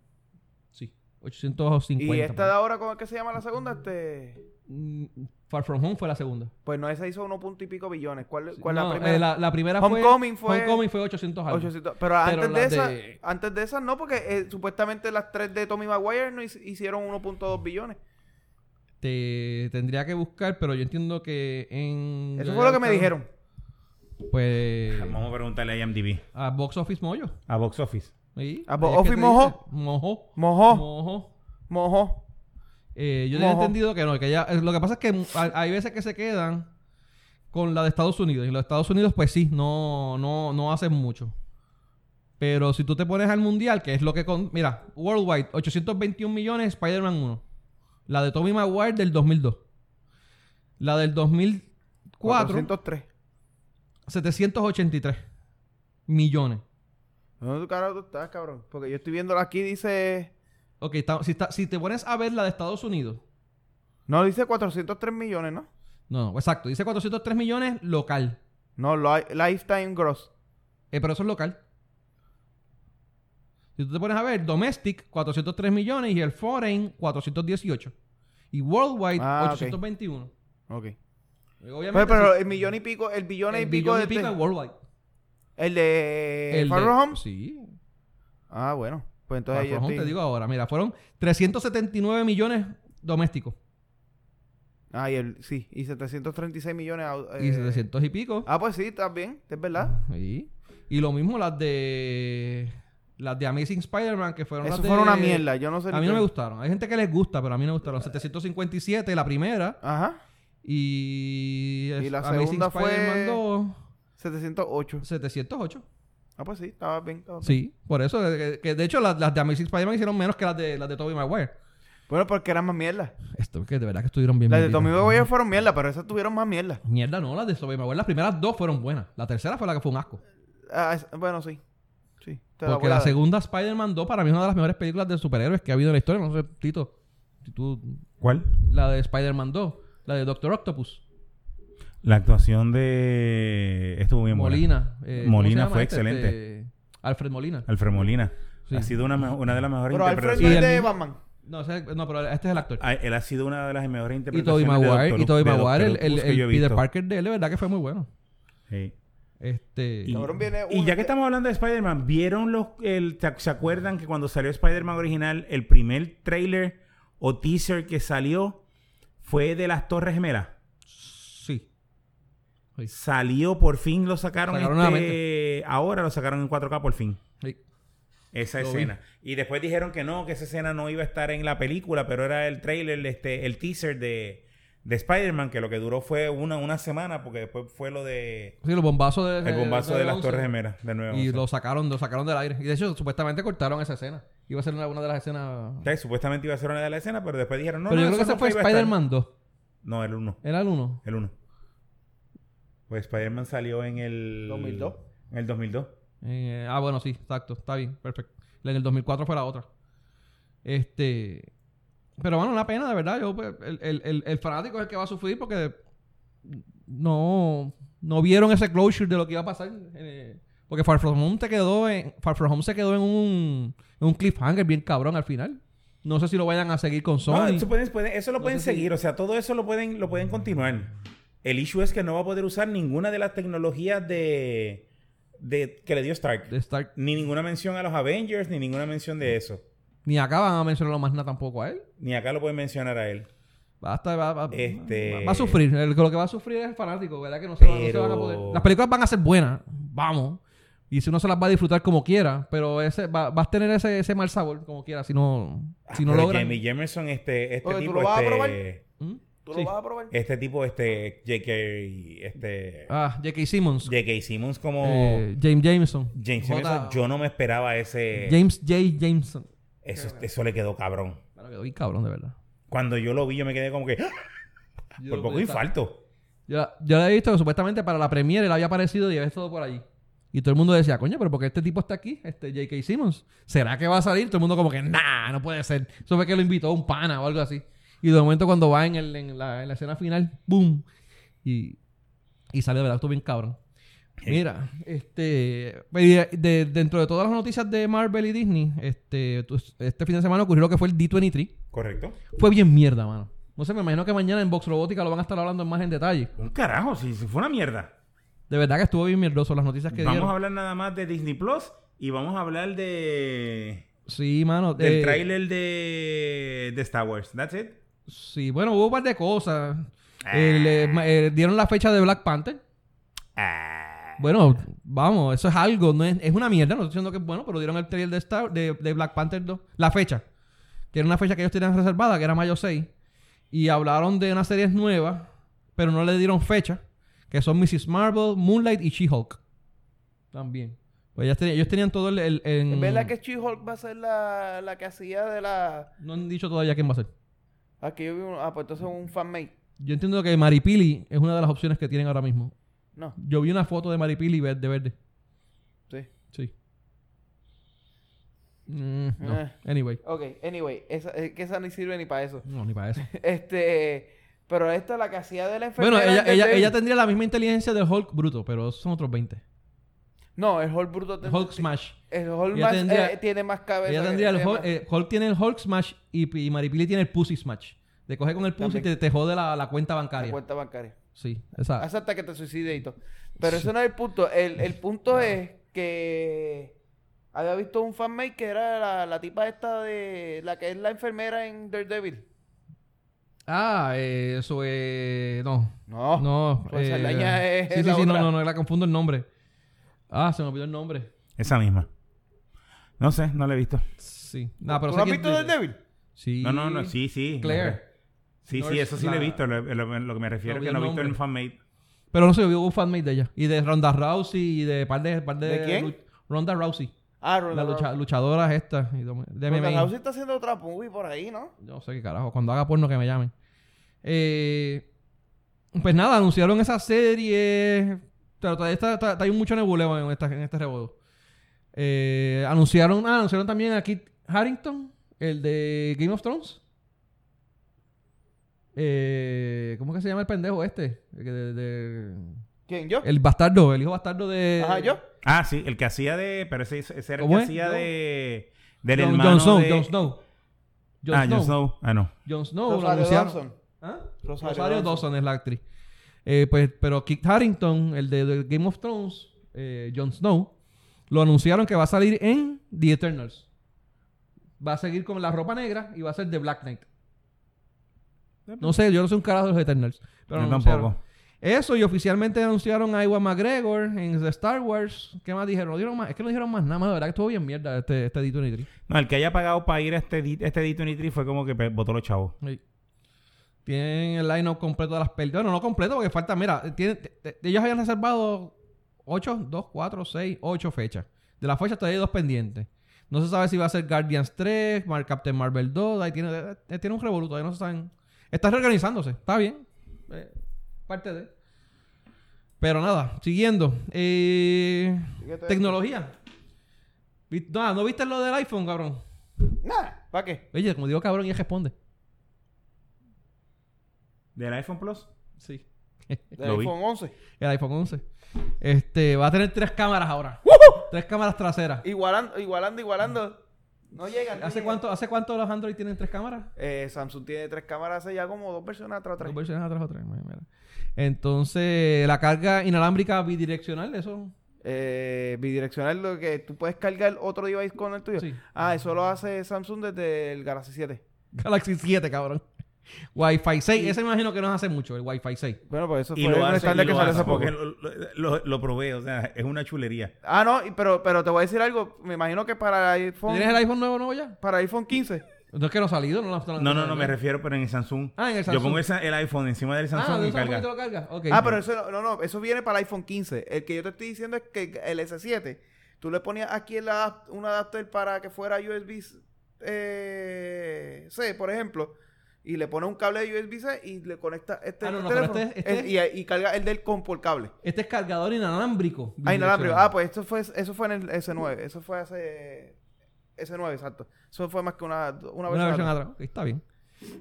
Sí, 850. y esta por de ahí. ahora, ¿cómo es que se llama la segunda? Este... Mm, Far From Home fue la segunda. Pues no, esa hizo uno punto y pico billones. ¿Cuál, cuál la No, eh, primera? la, la primera Homecoming fue... fue- Homecoming fue 800 algo. 800. Pero antes la de esa, de- antes de esa no, porque eh, supuestamente las tres de Tommy Maguire no hic- hicieron 1.2 billones. Te tendría que buscar, pero yo entiendo que en. Eso fue lo que me dijeron. Pues. Vamos a preguntarle a IMDb. A Box Office Moyo. A Box Office. ¿sí? ¿A Box Es que Office te Mojo? dice, Mojo. Mojó, Mojo. mojó. Eh, yo tenía Mojo. entendido que no, que ya. eh, Lo que pasa es que hay- hay veces que se quedan con la de Estados Unidos. Y los Estados Unidos, pues sí, no, no, no hacen mucho. Pero si tú te pones al mundial, que es lo que. Con, mira, Worldwide, 821 millones, Spider-Man 1. La de Tommy Maguire del 2002. La del 2004. 403. 783 millones. ¿Dónde tu cara tú estás, cabrón? Porque yo estoy viéndola aquí, dice. Ok, está- si, está- si te pones a ver la de Estados Unidos. No, dice 403 millones, ¿no? No, no, exacto. Dice 403 millones local. No, li- Lifetime Gross. Eh, pero eso es local. Si tú te pones a ver, domestic 403 millones y el foreign 418. Y worldwide Ah, ok. 821. Ok. Pues, Pero, Obviamente, pero si- el millón y pico, el billón y el pico billón de. Eh, y pico este- es worldwide. ¿El de de- Far From Home? Sí. Ah, bueno. Pues entonces Far ahí yo From Home, estoy- te digo ahora. Mira, fueron 379 millones domésticos. Ah, y el, sí, y 736 millones. au- Y eh, 700 y pico. Ah, pues sí, estás bien, es verdad. Sí. Y lo mismo las de... Las de Amazing Spider-Man, que fueron Eso las de- fue una mierda, yo no sé. A ni mí no qué- me gustaron. Hay gente que les gusta, pero a mí no me gustaron. 757, la primera. Ajá, Y... Y la Amazing segunda fue- Spider-Man 2, 708. 708. Ah, pues sí, estaba bien. estaba bien. Sí, por eso. eh, Que, que de hecho, las, las de Amazing Spider-Man hicieron menos que las de, las de Tobey Maguire. Bueno, porque eran más mierda. Esto, que de verdad que estuvieron bien. Las de metidas. Tommy Maguire fueron mierda, pero esas tuvieron más mierda. Mierda, no, las de Tobey Maguire. Las primeras dos fueron buenas. La tercera fue la que fue un asco. Ah, es- bueno, sí. Sí. te Porque voy a la dar. segunda Spider-Man 2 para mí es una de las mejores películas de superhéroes que ha habido en la historia. No sé, Tito, si tú- ¿Cuál? la de Spider-Man 2, la de Doctor Octopus, La actuación de... Estuvo bien buena. Molina. eh, ¿cómo Molina se llama fue excelente. Este, Alfred Molina. Alfred Molina. Sí. Ha sido una, me- una de las mejores Pero Alfred no Y interpretaciones. es el de mismo- Batman. No, ese- no, pero este es el actor. Ah, Él ha sido una de las mejores y Tobey interpretaciones. Maguire, de y Tobey Doctor- de Maguire, el, Doctor Who el- que yo he el Peter visto. Parker de él, de verdad que fue muy bueno. Sí. Este, Y, Cabrón, viene y un- ya que estamos hablando de Spider-Man, ¿vieron los. el- te- ¿Se acuerdan que cuando salió Spider-Man original, el primer trailer o teaser que salió fue de las Torres Gemelas? sí. Sí. Salió, por fin lo sacaron. Sacaron este- nuevamente. ahora lo sacaron en 4K, por fin. Sí. Esa Lo vi. escena. Y después dijeron que no, que esa escena no iba a estar en la película, pero era el trailer, este, el teaser de, de Spider-Man, que lo que duró fue una, una semana, porque después fue lo de. Sí, los bombazos de, El bombazo de, las 11. Torres Gemelas, de nuevo. Y o sea. lo sacaron, lo sacaron del aire. Y de hecho, supuestamente cortaron esa escena. Iba a ser una, una de las escenas. Ya, y Supuestamente iba a ser una de las escenas, pero después dijeron, no, pero yo no, creo que eso ese fue nunca iba a estar. Spider-Man 2. No, el 1. Era el 1. El 1. Pues Spider-Man salió en el... 2002. En el 2002. Eh, ah, bueno, sí, exacto. Está bien, perfecto. En el 2004 fue la otra. Este. Pero bueno, una pena, de verdad. Yo, pues, el, el- el- el fanático es el que va a sufrir porque no, no vieron ese closure de lo que iba a pasar. eh, porque Far From Home te quedó en. Far From Home se quedó en un, en un cliffhanger bien cabrón al final. No sé si lo vayan a seguir con Sony. No, eso, pueden- pueden- eso lo No pueden sé si- seguir. O sea, todo eso lo pueden, lo pueden continuar. El issue es que no va a poder usar ninguna de las tecnologías de, de que le dio Stark. de Stark. Ni ninguna mención a los Avengers, ni ninguna mención de eso. Ni acá van a mencionarlo más nada tampoco a él. Ni acá lo pueden mencionar a él. Va a, estar- va, va- Este- va- va a sufrir. El- lo que va a sufrir es el fanático, ¿verdad? Que no se, va- no se Pero- van a poder. Las películas van a ser buenas, vamos. Y si uno se las va a disfrutar como quiera, pero ese va- vas a tener ese, ese mal sabor como quiera si no, si no Ah, Pero logran. Jamie Jamerson, este, este Oye, ¿tú tipo... lo vas a este- probar? ¿Mm? ¿Tú Sí. lo vas a probar? Este tipo, este, J.K. Este, Ah, J.K. Simmons. J.K. Simmons como eh, James Jameson. James J- Simmons, yo no me esperaba ese... James J. Jameson. Eso, eso le quedó cabrón. Bueno, quedó bien cabrón, de verdad. Cuando yo lo vi, yo me quedé como que... ¡Ah! Por poco infarto. Yo, yo la he visto que supuestamente para la premiere él había aparecido y había estado por allí. Y todo el mundo decía, coño, pero porque este tipo está aquí? Este J.K. Simmons. ¿Será que va a salir? Todo el mundo como que, nah, no puede ser. Eso fue que lo invitó un pana o algo así. Y de momento cuando va en, el- en la, en la escena final, ¡boom! Y, y sale de verdad, estuvo bien cabrón. Mira, este, de- de- dentro de todas las noticias de Marvel y Disney, este, tu- este fin de semana ocurrió lo que fue el D23. Correcto. Fue bien mierda, mano. No sé, me imagino que mañana en Vox Robótica lo van a estar hablando más en detalle. Un carajo, si, si fue una mierda. De verdad que estuvo bien mierdoso las noticias que Vamos dieron. a hablar nada más de Disney Plus y vamos a hablar de... Sí, mano. Del eh, tráiler de, de Star Wars. That's it. Sí, bueno, hubo un par de cosas. Eh, le- ma- eh, dieron la fecha de Black Panther. Ah. Bueno, vamos, eso es algo. No es, es una mierda, no estoy diciendo que es bueno, pero dieron el trailer de, Star, de, de Black Panther 2. La fecha. Que era una fecha que ellos tenían reservada, que era mayo 6. Y hablaron de unas series nuevas, pero no le dieron fecha. Que son Mrs. Marvel, Moonlight y She-Hulk. También. Pues ellas tenían- ellos tenían todo el... el- en- ¿Es verdad que She-Hulk va a ser la, la que hacía de la... No han dicho todavía quién va a ser. Aquí yo vi un... Ah, pues entonces un fanmate. Yo entiendo que Maripili es una de las opciones que tienen ahora mismo. No, Yo vi una foto de Maripili verde, verde. sí. Sí. Mm, no. Eh. Anyway. Ok, anyway. Esa, es que esa ni sirve ni para eso. (laughs) No, ni para eso. Este... Pero esta la que hacía de la enfermera... bueno, ella, en ella, Daredevil. ella tendría la misma inteligencia del Hulk bruto, pero son otros 20. No, el Hulk bruto... El ten- Hulk Smash. El Hulk Ella más- tendría- eh, tiene más cabeza. Ella que- tendría el tiene Hulk, más- eh, Hulk tiene el Hulk Smash y, y Maripili tiene el Pussy Smash. Te coge con el Pussy y te, También. te jode la, la cuenta la bancaria. cuenta bancaria. Sí, exacto. Haz hasta que te suicides y todo. Pero ese no es el punto. El, (laughs) el punto es que había visto un fanmate que era la, la tipa esta de la que es la enfermera en Daredevil. Ah, eh, eso es... No. No. No. eh, Pues Saldaña es sí, sí, la sí, no, otra. no, no, la confundo el nombre. Ah, se me olvidó el nombre. Esa misma. No sé, no la he visto. Sí. Nah, ah, pero ¿Tú sé no has que- visto Daredevil? Sí. No, no, no, sí, sí. Claire. Sí, No, sí, eso sí la- lo he visto. Lo, lo- lo que me No refiero es vi que el no he visto nombre. el fanmate. Pero no sé, hubo un fanmate de ella. Y de Ronda Rousey y de par de... Par de, ¿De quién? luch- Ronda Rousey. Ah, Las lucha, luchadoras estas. y dom- De Ronda MMA. Rousey está haciendo otra movie por ahí, ¿no? Yo No sé qué carajo. Cuando haga porno que me llamen. Eh, pues nada, anunciaron esa serie. Pero todavía está, está- está- hay mucho nebuleo en, esta- en este rebodo. Eh, anunciaron, ah, anunciaron también a Kit Harrington, el de Game of Thrones. Eh, ¿Cómo que se llama el pendejo este? El, que de- de- ¿Quién? ¿Yo? el bastardo, el hijo bastardo de. Ajá, ¿yo? Ah, sí, el que hacía de. Pero ese, ese era el ¿Cómo que es? hacía No. de. Del Jon- hermano. Jon Snow, de- Jon Snow. Jon ah, Snow. Jon Snow. Ah, no. Jon Snow, lo Rosario anunciaron. Dawson. ¿Ah? Rosario Rosario, Dawson. Dawson. es la actriz. Eh, pues, pero Kit Harrington, el de, de Game of Thrones, eh, Jon Snow, lo anunciaron que va a salir en The Eternals. Va a seguir con la ropa negra y va a ser The Black Knight. No sé, yo no soy un carajo de los Eternals. Pero Yo anunciaron. tampoco. Eso, y oficialmente anunciaron a Iwan McGregor en The Star Wars. ¿Qué más dijeron? No dijeron más, es que no dijeron más nada más, de verdad que estuvo bien mierda este, este D23. No, el que haya pagado para ir a este, di- este D23 fue como que pe- botó los chavos. Sí. Tienen el line-up completo de las pérdidas. Bueno, no completo porque falta, mira, tienen- te- te- ellos habían reservado 8, 2, 4, 6, 8 fechas. De las fechas todavía hay dos pendientes. No se sabe si va a ser Guardians 3, Mar Captain Marvel 2, ahí tiene, eh, tiene un revoluto, ahí no se saben. Está reorganizándose, está bien. Eh, parte de. Pero nada, siguiendo. Eh, Fíjate. tecnología. Vi- No, ¿No viste lo del iPhone, cabrón? Nada, ¿para qué? Oye, como digo cabrón, y él responde. ¿Del iPhone Plus? Sí. Del Lo vi. iPhone 11. El iPhone 11. Este, va a tener tres cámaras ahora. Tres cámaras traseras. Igualando, igualando, igualando. No llegan. no ¿Hace llegan. cuánto, ¿Hace cuánto los Android tienen tres cámaras? Eh, Samsung tiene tres cámaras hace ya como dos versiones atrás. Dos tres. versiones atrás, otra, mira, mira. Entonces, la carga inalámbrica bidireccional, eso. Eh, bidireccional, lo que tú puedes cargar otro device con el tuyo. Sí. Ah, eso lo hace Samsung desde el Galaxy 7. Galaxy 7, cabrón. Wi-Fi 6, ese imagino que no hace mucho, el Wi-Fi 6. Bueno, pues eso Y fue lo un hace, estándar y que lo salió hace hace poco. porque lo, lo- lo- lo probé, o sea, es una chulería. Ah, no, y- pero, pero te voy a decir algo. Me imagino que para el iPhone, ¿Tienes el iPhone nuevo nuevo ya? para iPhone 15. No es que no ha salido, no lo no, No, no, no, me refiero, pero en el Samsung. Ah, en el Yo pongo Samsung. el, sa- el iPhone encima del Ah, Samsung ¿de y un Samsung carga. te lo carga? Ok. Ah, pero eso no- no, no, eso viene para el iPhone 15. El que yo te estoy diciendo es que el S7, tú le ponías aquí el adap- un adapter para que fuera USB eh, C, por ejemplo, y le pones un cable de USB C y le conectas este Ah, no, no, pero teléfono este- este- el- y, y carga el del con por cable. Este es cargador inalámbrico. Ah, inalámbrico. bidireccional. Ah, pues esto fue, eso fue en el S9, eso fue hace S9, exacto. Eso fue más que una, una, Una versión versión. atrás. Ok, está bien.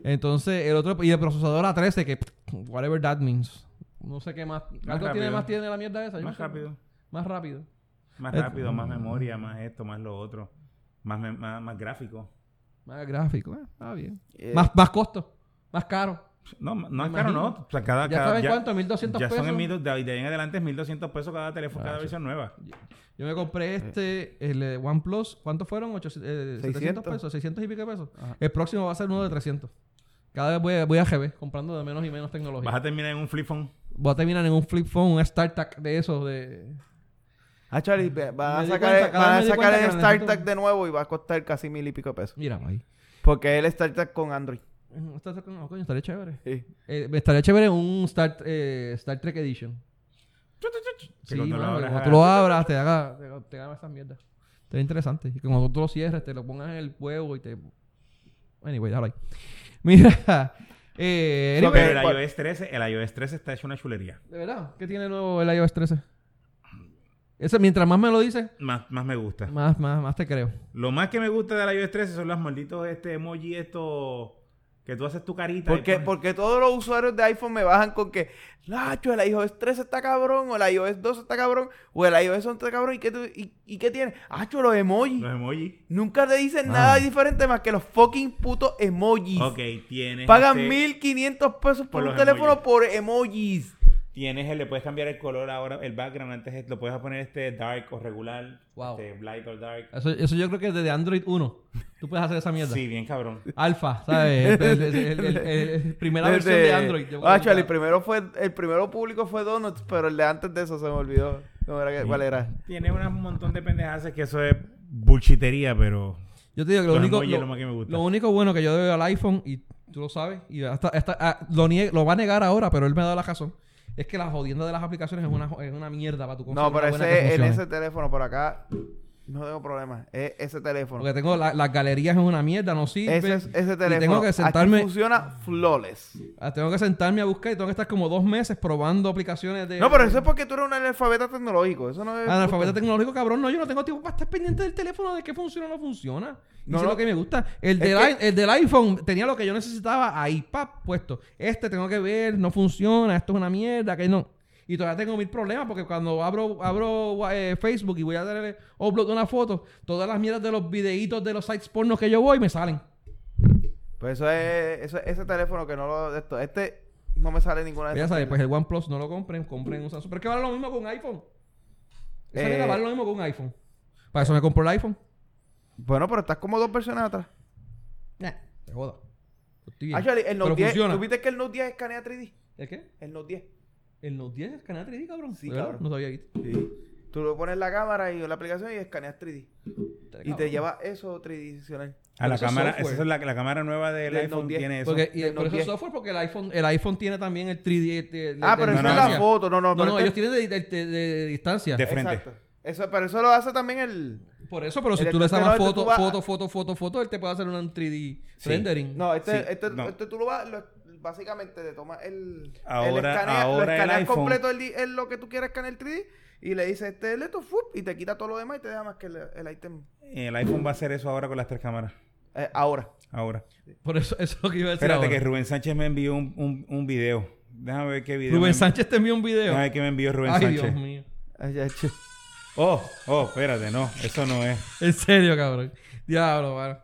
Entonces, el otro. Y el procesador A13, que. pff, Whatever that means. No sé qué más. Más ¿Algo tiene rápido. más tiene la mierda esa? Yo no Más sé. rápido. Más rápido. Más Et- rápido, más memoria, más esto, más lo otro. Más, me- más, más gráfico. Más gráfico. eh, Está bien. Eh, Más, más costo. Más caro. No, no es Me caro, imagino. no. O sea, cada, ¿Ya cada- saben cuánto? 1200 ya pesos. son en mil, de ahí en adelante es 1200 pesos cada teléfono, cada Ah, sí. versión nueva. Yo me Eh. compré este, el de OnePlus. ¿Cuántos fueron? 800, eh, 600. 700 pesos. 600 y pico de pesos. Ajá. El próximo va a ser uno de 300. Cada vez voy a, voy a GB comprando de menos y menos tecnología. Vas a terminar en un flip phone. Voy a terminar en un flip phone, un StarTAC de esos. De... Ah, Charlie, ve- van Me a di sacar, cuenta, el- cada van a vez me di sacar cuenta el que Star necesito- Trek de nuevo y va a costar casi mil y pico de pesos. Mira, ahí. Porque es el Star Trek con Android. StarTAC, no, coño, estaría chévere. Sí. Eh, me estaría chévere un Star, eh, Star Trek Edition. Sí, cuando lo mano, que abras, cuando tú lo abras, te haga, te, haga- te haga esas mierdas. Está interesante. Y que cuando tú lo cierres, te lo pongas en el huevo y te. Anyway, déjalo ahí. (laughs) Mira. Eh, So anyway, que- Pero ¿cuál? el iOS 13, el iOS 13 está hecho una chulería. ¿De verdad? ¿Qué tiene nuevo el iOS 13? Ese, mientras más me lo dices, Más, más me gusta. más, más, más te creo. Lo más que me gusta del iOS 13 son los malditos este emoji estos que tú haces tu carita. y Porque, pones- porque todos los usuarios de iPhone me bajan con que, Lacho, el iOS 3 está cabrón, o el iOS 2 está cabrón, o el iOS 11 está cabrón, ¿y qué, tú- y, y qué tiene? Hacho, los emojis. Los em- emojis. Nunca te dicen Ah. nada diferente más que los fucking putos emojis. Ok, tienes. Pagan este- 1500 pesos por, por un los teléfono emojis. por emojis. Tienes, el- le puedes cambiar el color ahora, el background. Antes lo puedes poner este dark o regular. Wow. Este light o dark. Eso, eso yo creo que desde Android 1 tú puedes hacer esa mierda. Sí, bien cabrón. Alfa, ¿sabes? El, el- el- el- el- el- primera versión Desde- de Android. Yo- Ah, chale, el primero fue, el primero público fue Donuts, pero el de antes de eso se me olvidó. No era que- ¿Cuál era? Tiene una- un montón de pendejadas que eso es bullchitería, pero. Yo te digo que lo Los único, emojis es lo- lo más que me gusta. lo único bueno que yo doy al iPhone, y tú lo sabes, y hasta, hasta- ah, lo, nie- lo va a negar ahora, pero él me ha dado la razón, es que la jodienda de las aplicaciones es una, jo- es una mierda para tu No, pero una buena que ese, en funcione. ese teléfono por acá no tengo problema. E- ese teléfono. Porque tengo la- las galerías es una mierda, no sirve. Ese, es- ese teléfono. Y tengo que Aquí sentarme, funciona flawless. ah, tengo que sentarme a buscar y tengo que estar como dos meses probando aplicaciones de... No, pero eso es porque tú eres un analfabeta tecnológico. Eso no es. Analfabeta tecnológico, cabrón, no, yo no tengo tiempo para estar pendiente del teléfono, de qué funciona o no funciona. Y No, si no. lo que me gusta. Es El, del, que- i- el del iPhone tenía lo que yo necesitaba ahí, pap, puesto. Este tengo que ver, no funciona, esto es una mierda, que no. Y todavía tengo mil problemas porque cuando abro, abro eh, Facebook y voy a darle upload de una foto, todas las mierdas de los videitos de los sites pornos que yo voy me salen. Pues eso es, eso es- ese teléfono que no lo. Esto, este no me sale ninguna de Ya esas. sabes, pues el OnePlus no lo compren, compren un Samsung. Pero es que vale lo mismo que un iPhone. Esa Eh, mierda vale lo mismo que un iPhone. Para eso me compro el iPhone. Bueno, pero estás como dos personas atrás. Nah, te joda. Yo estoy bien. Ah, chale, el Pues Pero Note 10. funciona. ¿Tú viste que el Note 10 escanea 3D? ¿El qué? El Note 10. ¿El Note 10 es canal 3D, cabrón? Sí, ¿De verdad? cabrón. No sabía visto. Sí. Tú lo pones en la cámara y en la aplicación y escaneas 3D. Y te lleva eso tridimensional. A la Eso es cámara, software. esa es la, la cámara nueva del Del iPhone Note 10. tiene eso. Porque, y del por Note eso 10. es software, porque el iPhone, el iPhone tiene también el 3D. de- de- Ah, de pero eso es no, no, la distancia. foto. No, no, No, no, pero este- ellos tienen de, de- de- de distancia. De frente. Exacto. Eso, pero eso lo hace también el. por eso, pero si el tú le este sacas no, este foto, tú vas- foto, foto, foto, foto, él te puede hacer un 3D Sí. rendering. No, este, Sí, este, no. este tú lo vas. lo- básicamente te tomas el. el Ahora- escanea, ahora lo el escaneas iPhone. completo el, di- el- lo que tú quieres escanear el 3D. Y le dices, este es esto, fup, y te quita todo lo demás y te deja más que el, el item. Eh, El iPhone va a hacer eso ahora con las tres cámaras. Eh, ahora. Ahora. Por eso, eso es lo que iba a decir. Espérate ahora. que Rubén Sánchez me envió un, un, un video. Déjame ver qué video. Rubén me- Sánchez te envió un video. Déjame ver qué me envió Rubén Ay, Sánchez. Dios mío. Ay, ya, (laughs) che. Oh, oh, espérate, no, eso no es. En serio, cabrón. Diablo, mano.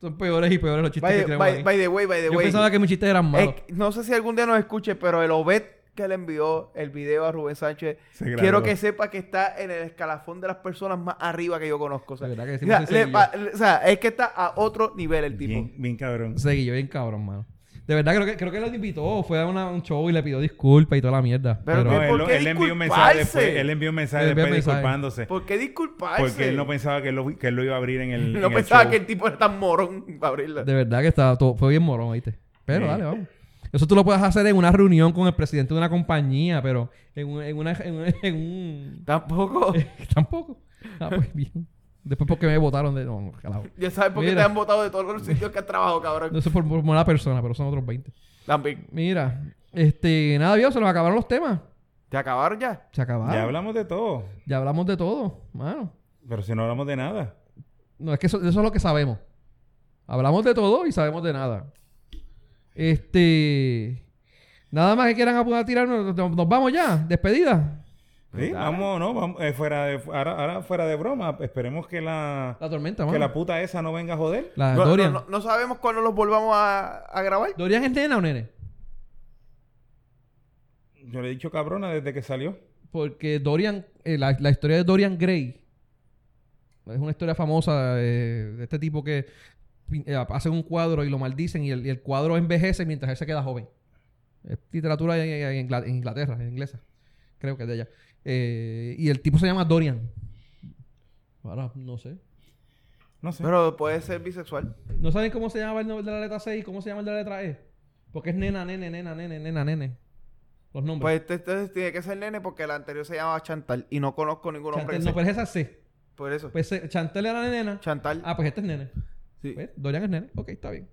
Son peores y peores los chistes By, que the- tenemos by- aquí. by the way, by the Yo way. pensaba que mis chistes eran malos. Es- no sé si algún día nos escuche, pero el Obed que le envió el video a Rubén Sánchez, Se graduó. quiero que sepa que está en el escalafón de las personas más arriba que yo conozco. O sea, De verdad que sí, o sea, muy le sencillo. pa- le- o sea, es que está a otro nivel el tipo. Bien, bien cabrón. Seguí yo bien cabrón, mano. De verdad, creo que, creo que lo invitó. Fue a una- un show y le pidió disculpas y toda la mierda. Pero Pero, No, ¿por él, qué él le envió un disculparse? mensaje después, él le envió un mensaje Le envió después mensaje. disculpándose. ¿Por qué disculparse? Porque él no pensaba que él lo, que él lo iba a abrir en el. (laughs) No en el pensaba show. que el tipo era tan morón para abrirla. de verdad que estaba todo, fue bien morón, ¿viste? Pero Sí. dale, vamos. Eso tú lo puedes hacer en una reunión con el presidente de una compañía, pero en, un- en una... En, un- (laughs) en un... Tampoco. (laughs) Tampoco. Ah, pues (laughs) bien. Después porque me votaron de... No, no, calado. Ya sabes por qué Mira. te han votado de todos los sitios que has trabajado, cabrón. No sé por, por mala persona, pero son otros 20. También. Mira, este... Nada, vio, se nos acabaron los temas. ¿Te acabaron ya? Se acabaron. Ah. Ya hablamos de todo, Ya hablamos de todo, mano. pero si no hablamos de nada. No, es que eso, eso es lo que sabemos. Hablamos de todo y sabemos de nada. Este. Nada más que quieran apuntar tirarnos. Nos, nos vamos ya. Despedida. Pues Sí, vamos, no, vamos, eh, fuera de, ahora, ahora fuera de broma, esperemos que la, La tormenta, que mano. la puta esa no venga a joder. La No, Dorian. no- no- no sabemos cuándo los volvamos a, a grabar. ¿Dorian es nena o nene? Yo le he dicho cabrona desde que salió. Porque Dorian. eh, la, la historia de Dorian Gray. Es una historia famosa eh, de este tipo que pin- eh, hace un cuadro y lo maldicen y el, y el cuadro envejece mientras él se queda joven. Es literatura en, en Ingla- en Inglaterra, en inglesa. Creo que es de allá. Eh, y el tipo se llama Dorian. Ahora, no sé. No sé. Pero puede ser bisexual. ¿No saben cómo se llama el nombre de la letra C y cómo se llama el de la letra E? Porque es nena, nene, nena, nene, nena, nene. Los Pues nombres. este, este tiene que ser nene porque el anterior se llamaba Chantal y no conozco ningún hombre. que Chantel, no, se- pero es esa C. Por eso. Pues eh, Chantel era la nena. Chantal. Ah, pues este es nene. sí. ¿Ves? Dorian es nene. Ok, está bien.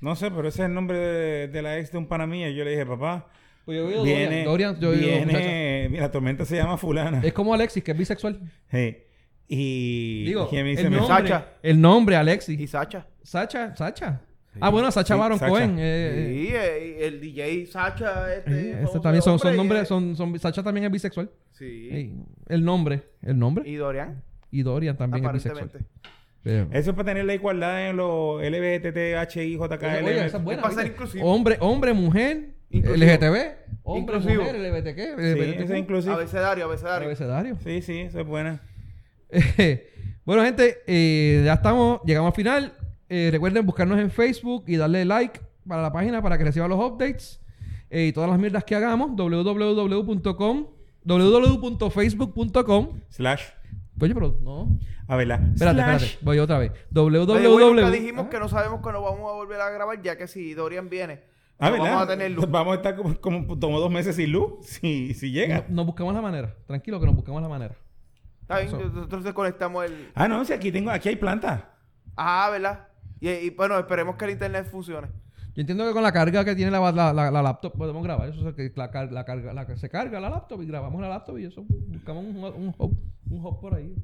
No sé, pero ese es el nombre de, de la ex de un pana mío. Yo le dije, papá, Pues yo digo viene, Dorian. Dorian, yo digo, muchacha. (laughs) viene, la tormenta se llama fulana. Es como Alexis, que es bisexual. Sí. Y, Digo, y a mí se el me- nombre, Sacha. el nombre Y Alexis. Sacha. Sacha, Sacha. Ah, bueno, Sacha Sí, Baron Sacha. Cohen. eh, eh, Sí, eh, el DJ Sacha. Este, eh, ese famoso también son, hombre, son y- nombres, son, son- Sacha también es bisexual. Sí. Eh, El nombre, el nombre. Y Dorian, Y Dorian también es bisexual. Eh, aparentemente. Pero- Eso es para tener la igualdad en los LBGTT, HI, JK, Oye, LB. esa es buena, Es para ser ¿viste? inclusivo. Hombre, hombre, mujer, Inclusivo. LGTB, Hombre, Inclusivo. mujer, LGBTQ, Sí, eso es LGBTQ, inclusive. Abecedario, abecedario. abecedario. Sí, sí, eso es buena. (laughs) bueno, gente, eh, ya estamos, llegamos al final. Eh, recuerden buscarnos en Facebook y darle like para la página para que reciban los updates eh, y todas las mierdas que hagamos. www.com www.facebook.com Slash. Oye, pero no. A verla. Espérate, Slash. espérate. Voy otra vez. Oye, www. ¿Ah? güey, nunca dijimos Ajá. que no sabemos cuándo vamos a volver a grabar, ya que si Dorian viene, Ah, no ¿verdad? vamos a tener luz. Vamos a estar como, como tomó dos meses sin luz, si, si llega. No- Nos buscamos la manera. Tranquilo que nos buscamos la manera. Está bien, Eso. nosotros desconectamos el. Ah, no, si aquí tengo, aquí hay planta. Ajá, ¿verdad? Y, y, bueno, esperemos que el internet funcione. Yo entiendo que con la carga que tiene la, la, la- la laptop podemos grabar. Eso es que la, car- la carga, la- se carga la laptop y grabamos la laptop y eso. Buscamos un, un hub, un hub por ahí.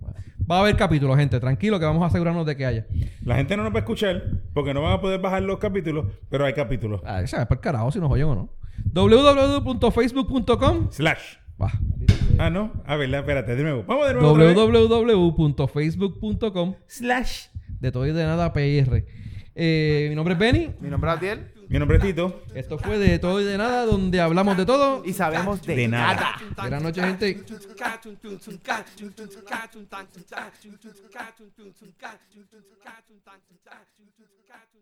Va a haber capítulos, gente. Tranquilo que vamos a asegurarnos de que haya. La gente no nos va a escuchar porque no van a poder bajar los capítulos, pero hay capítulos. Ah, se para el carajo si nos oyen o no. www.facebook.com Slash. Bah. Ah, no. A verla, espérate, de nuevo. Vamos de nuevo. otra vez. www.facebook.com Slash. De todo y de nada PR. Eh, mi nombre es Benny. Mi nombre es Adiel Mi nombre es Tito. Esto fue de todo y de nada donde hablamos de todo. y sabemos de, De nada. nada. Buenas noches, gente. gente.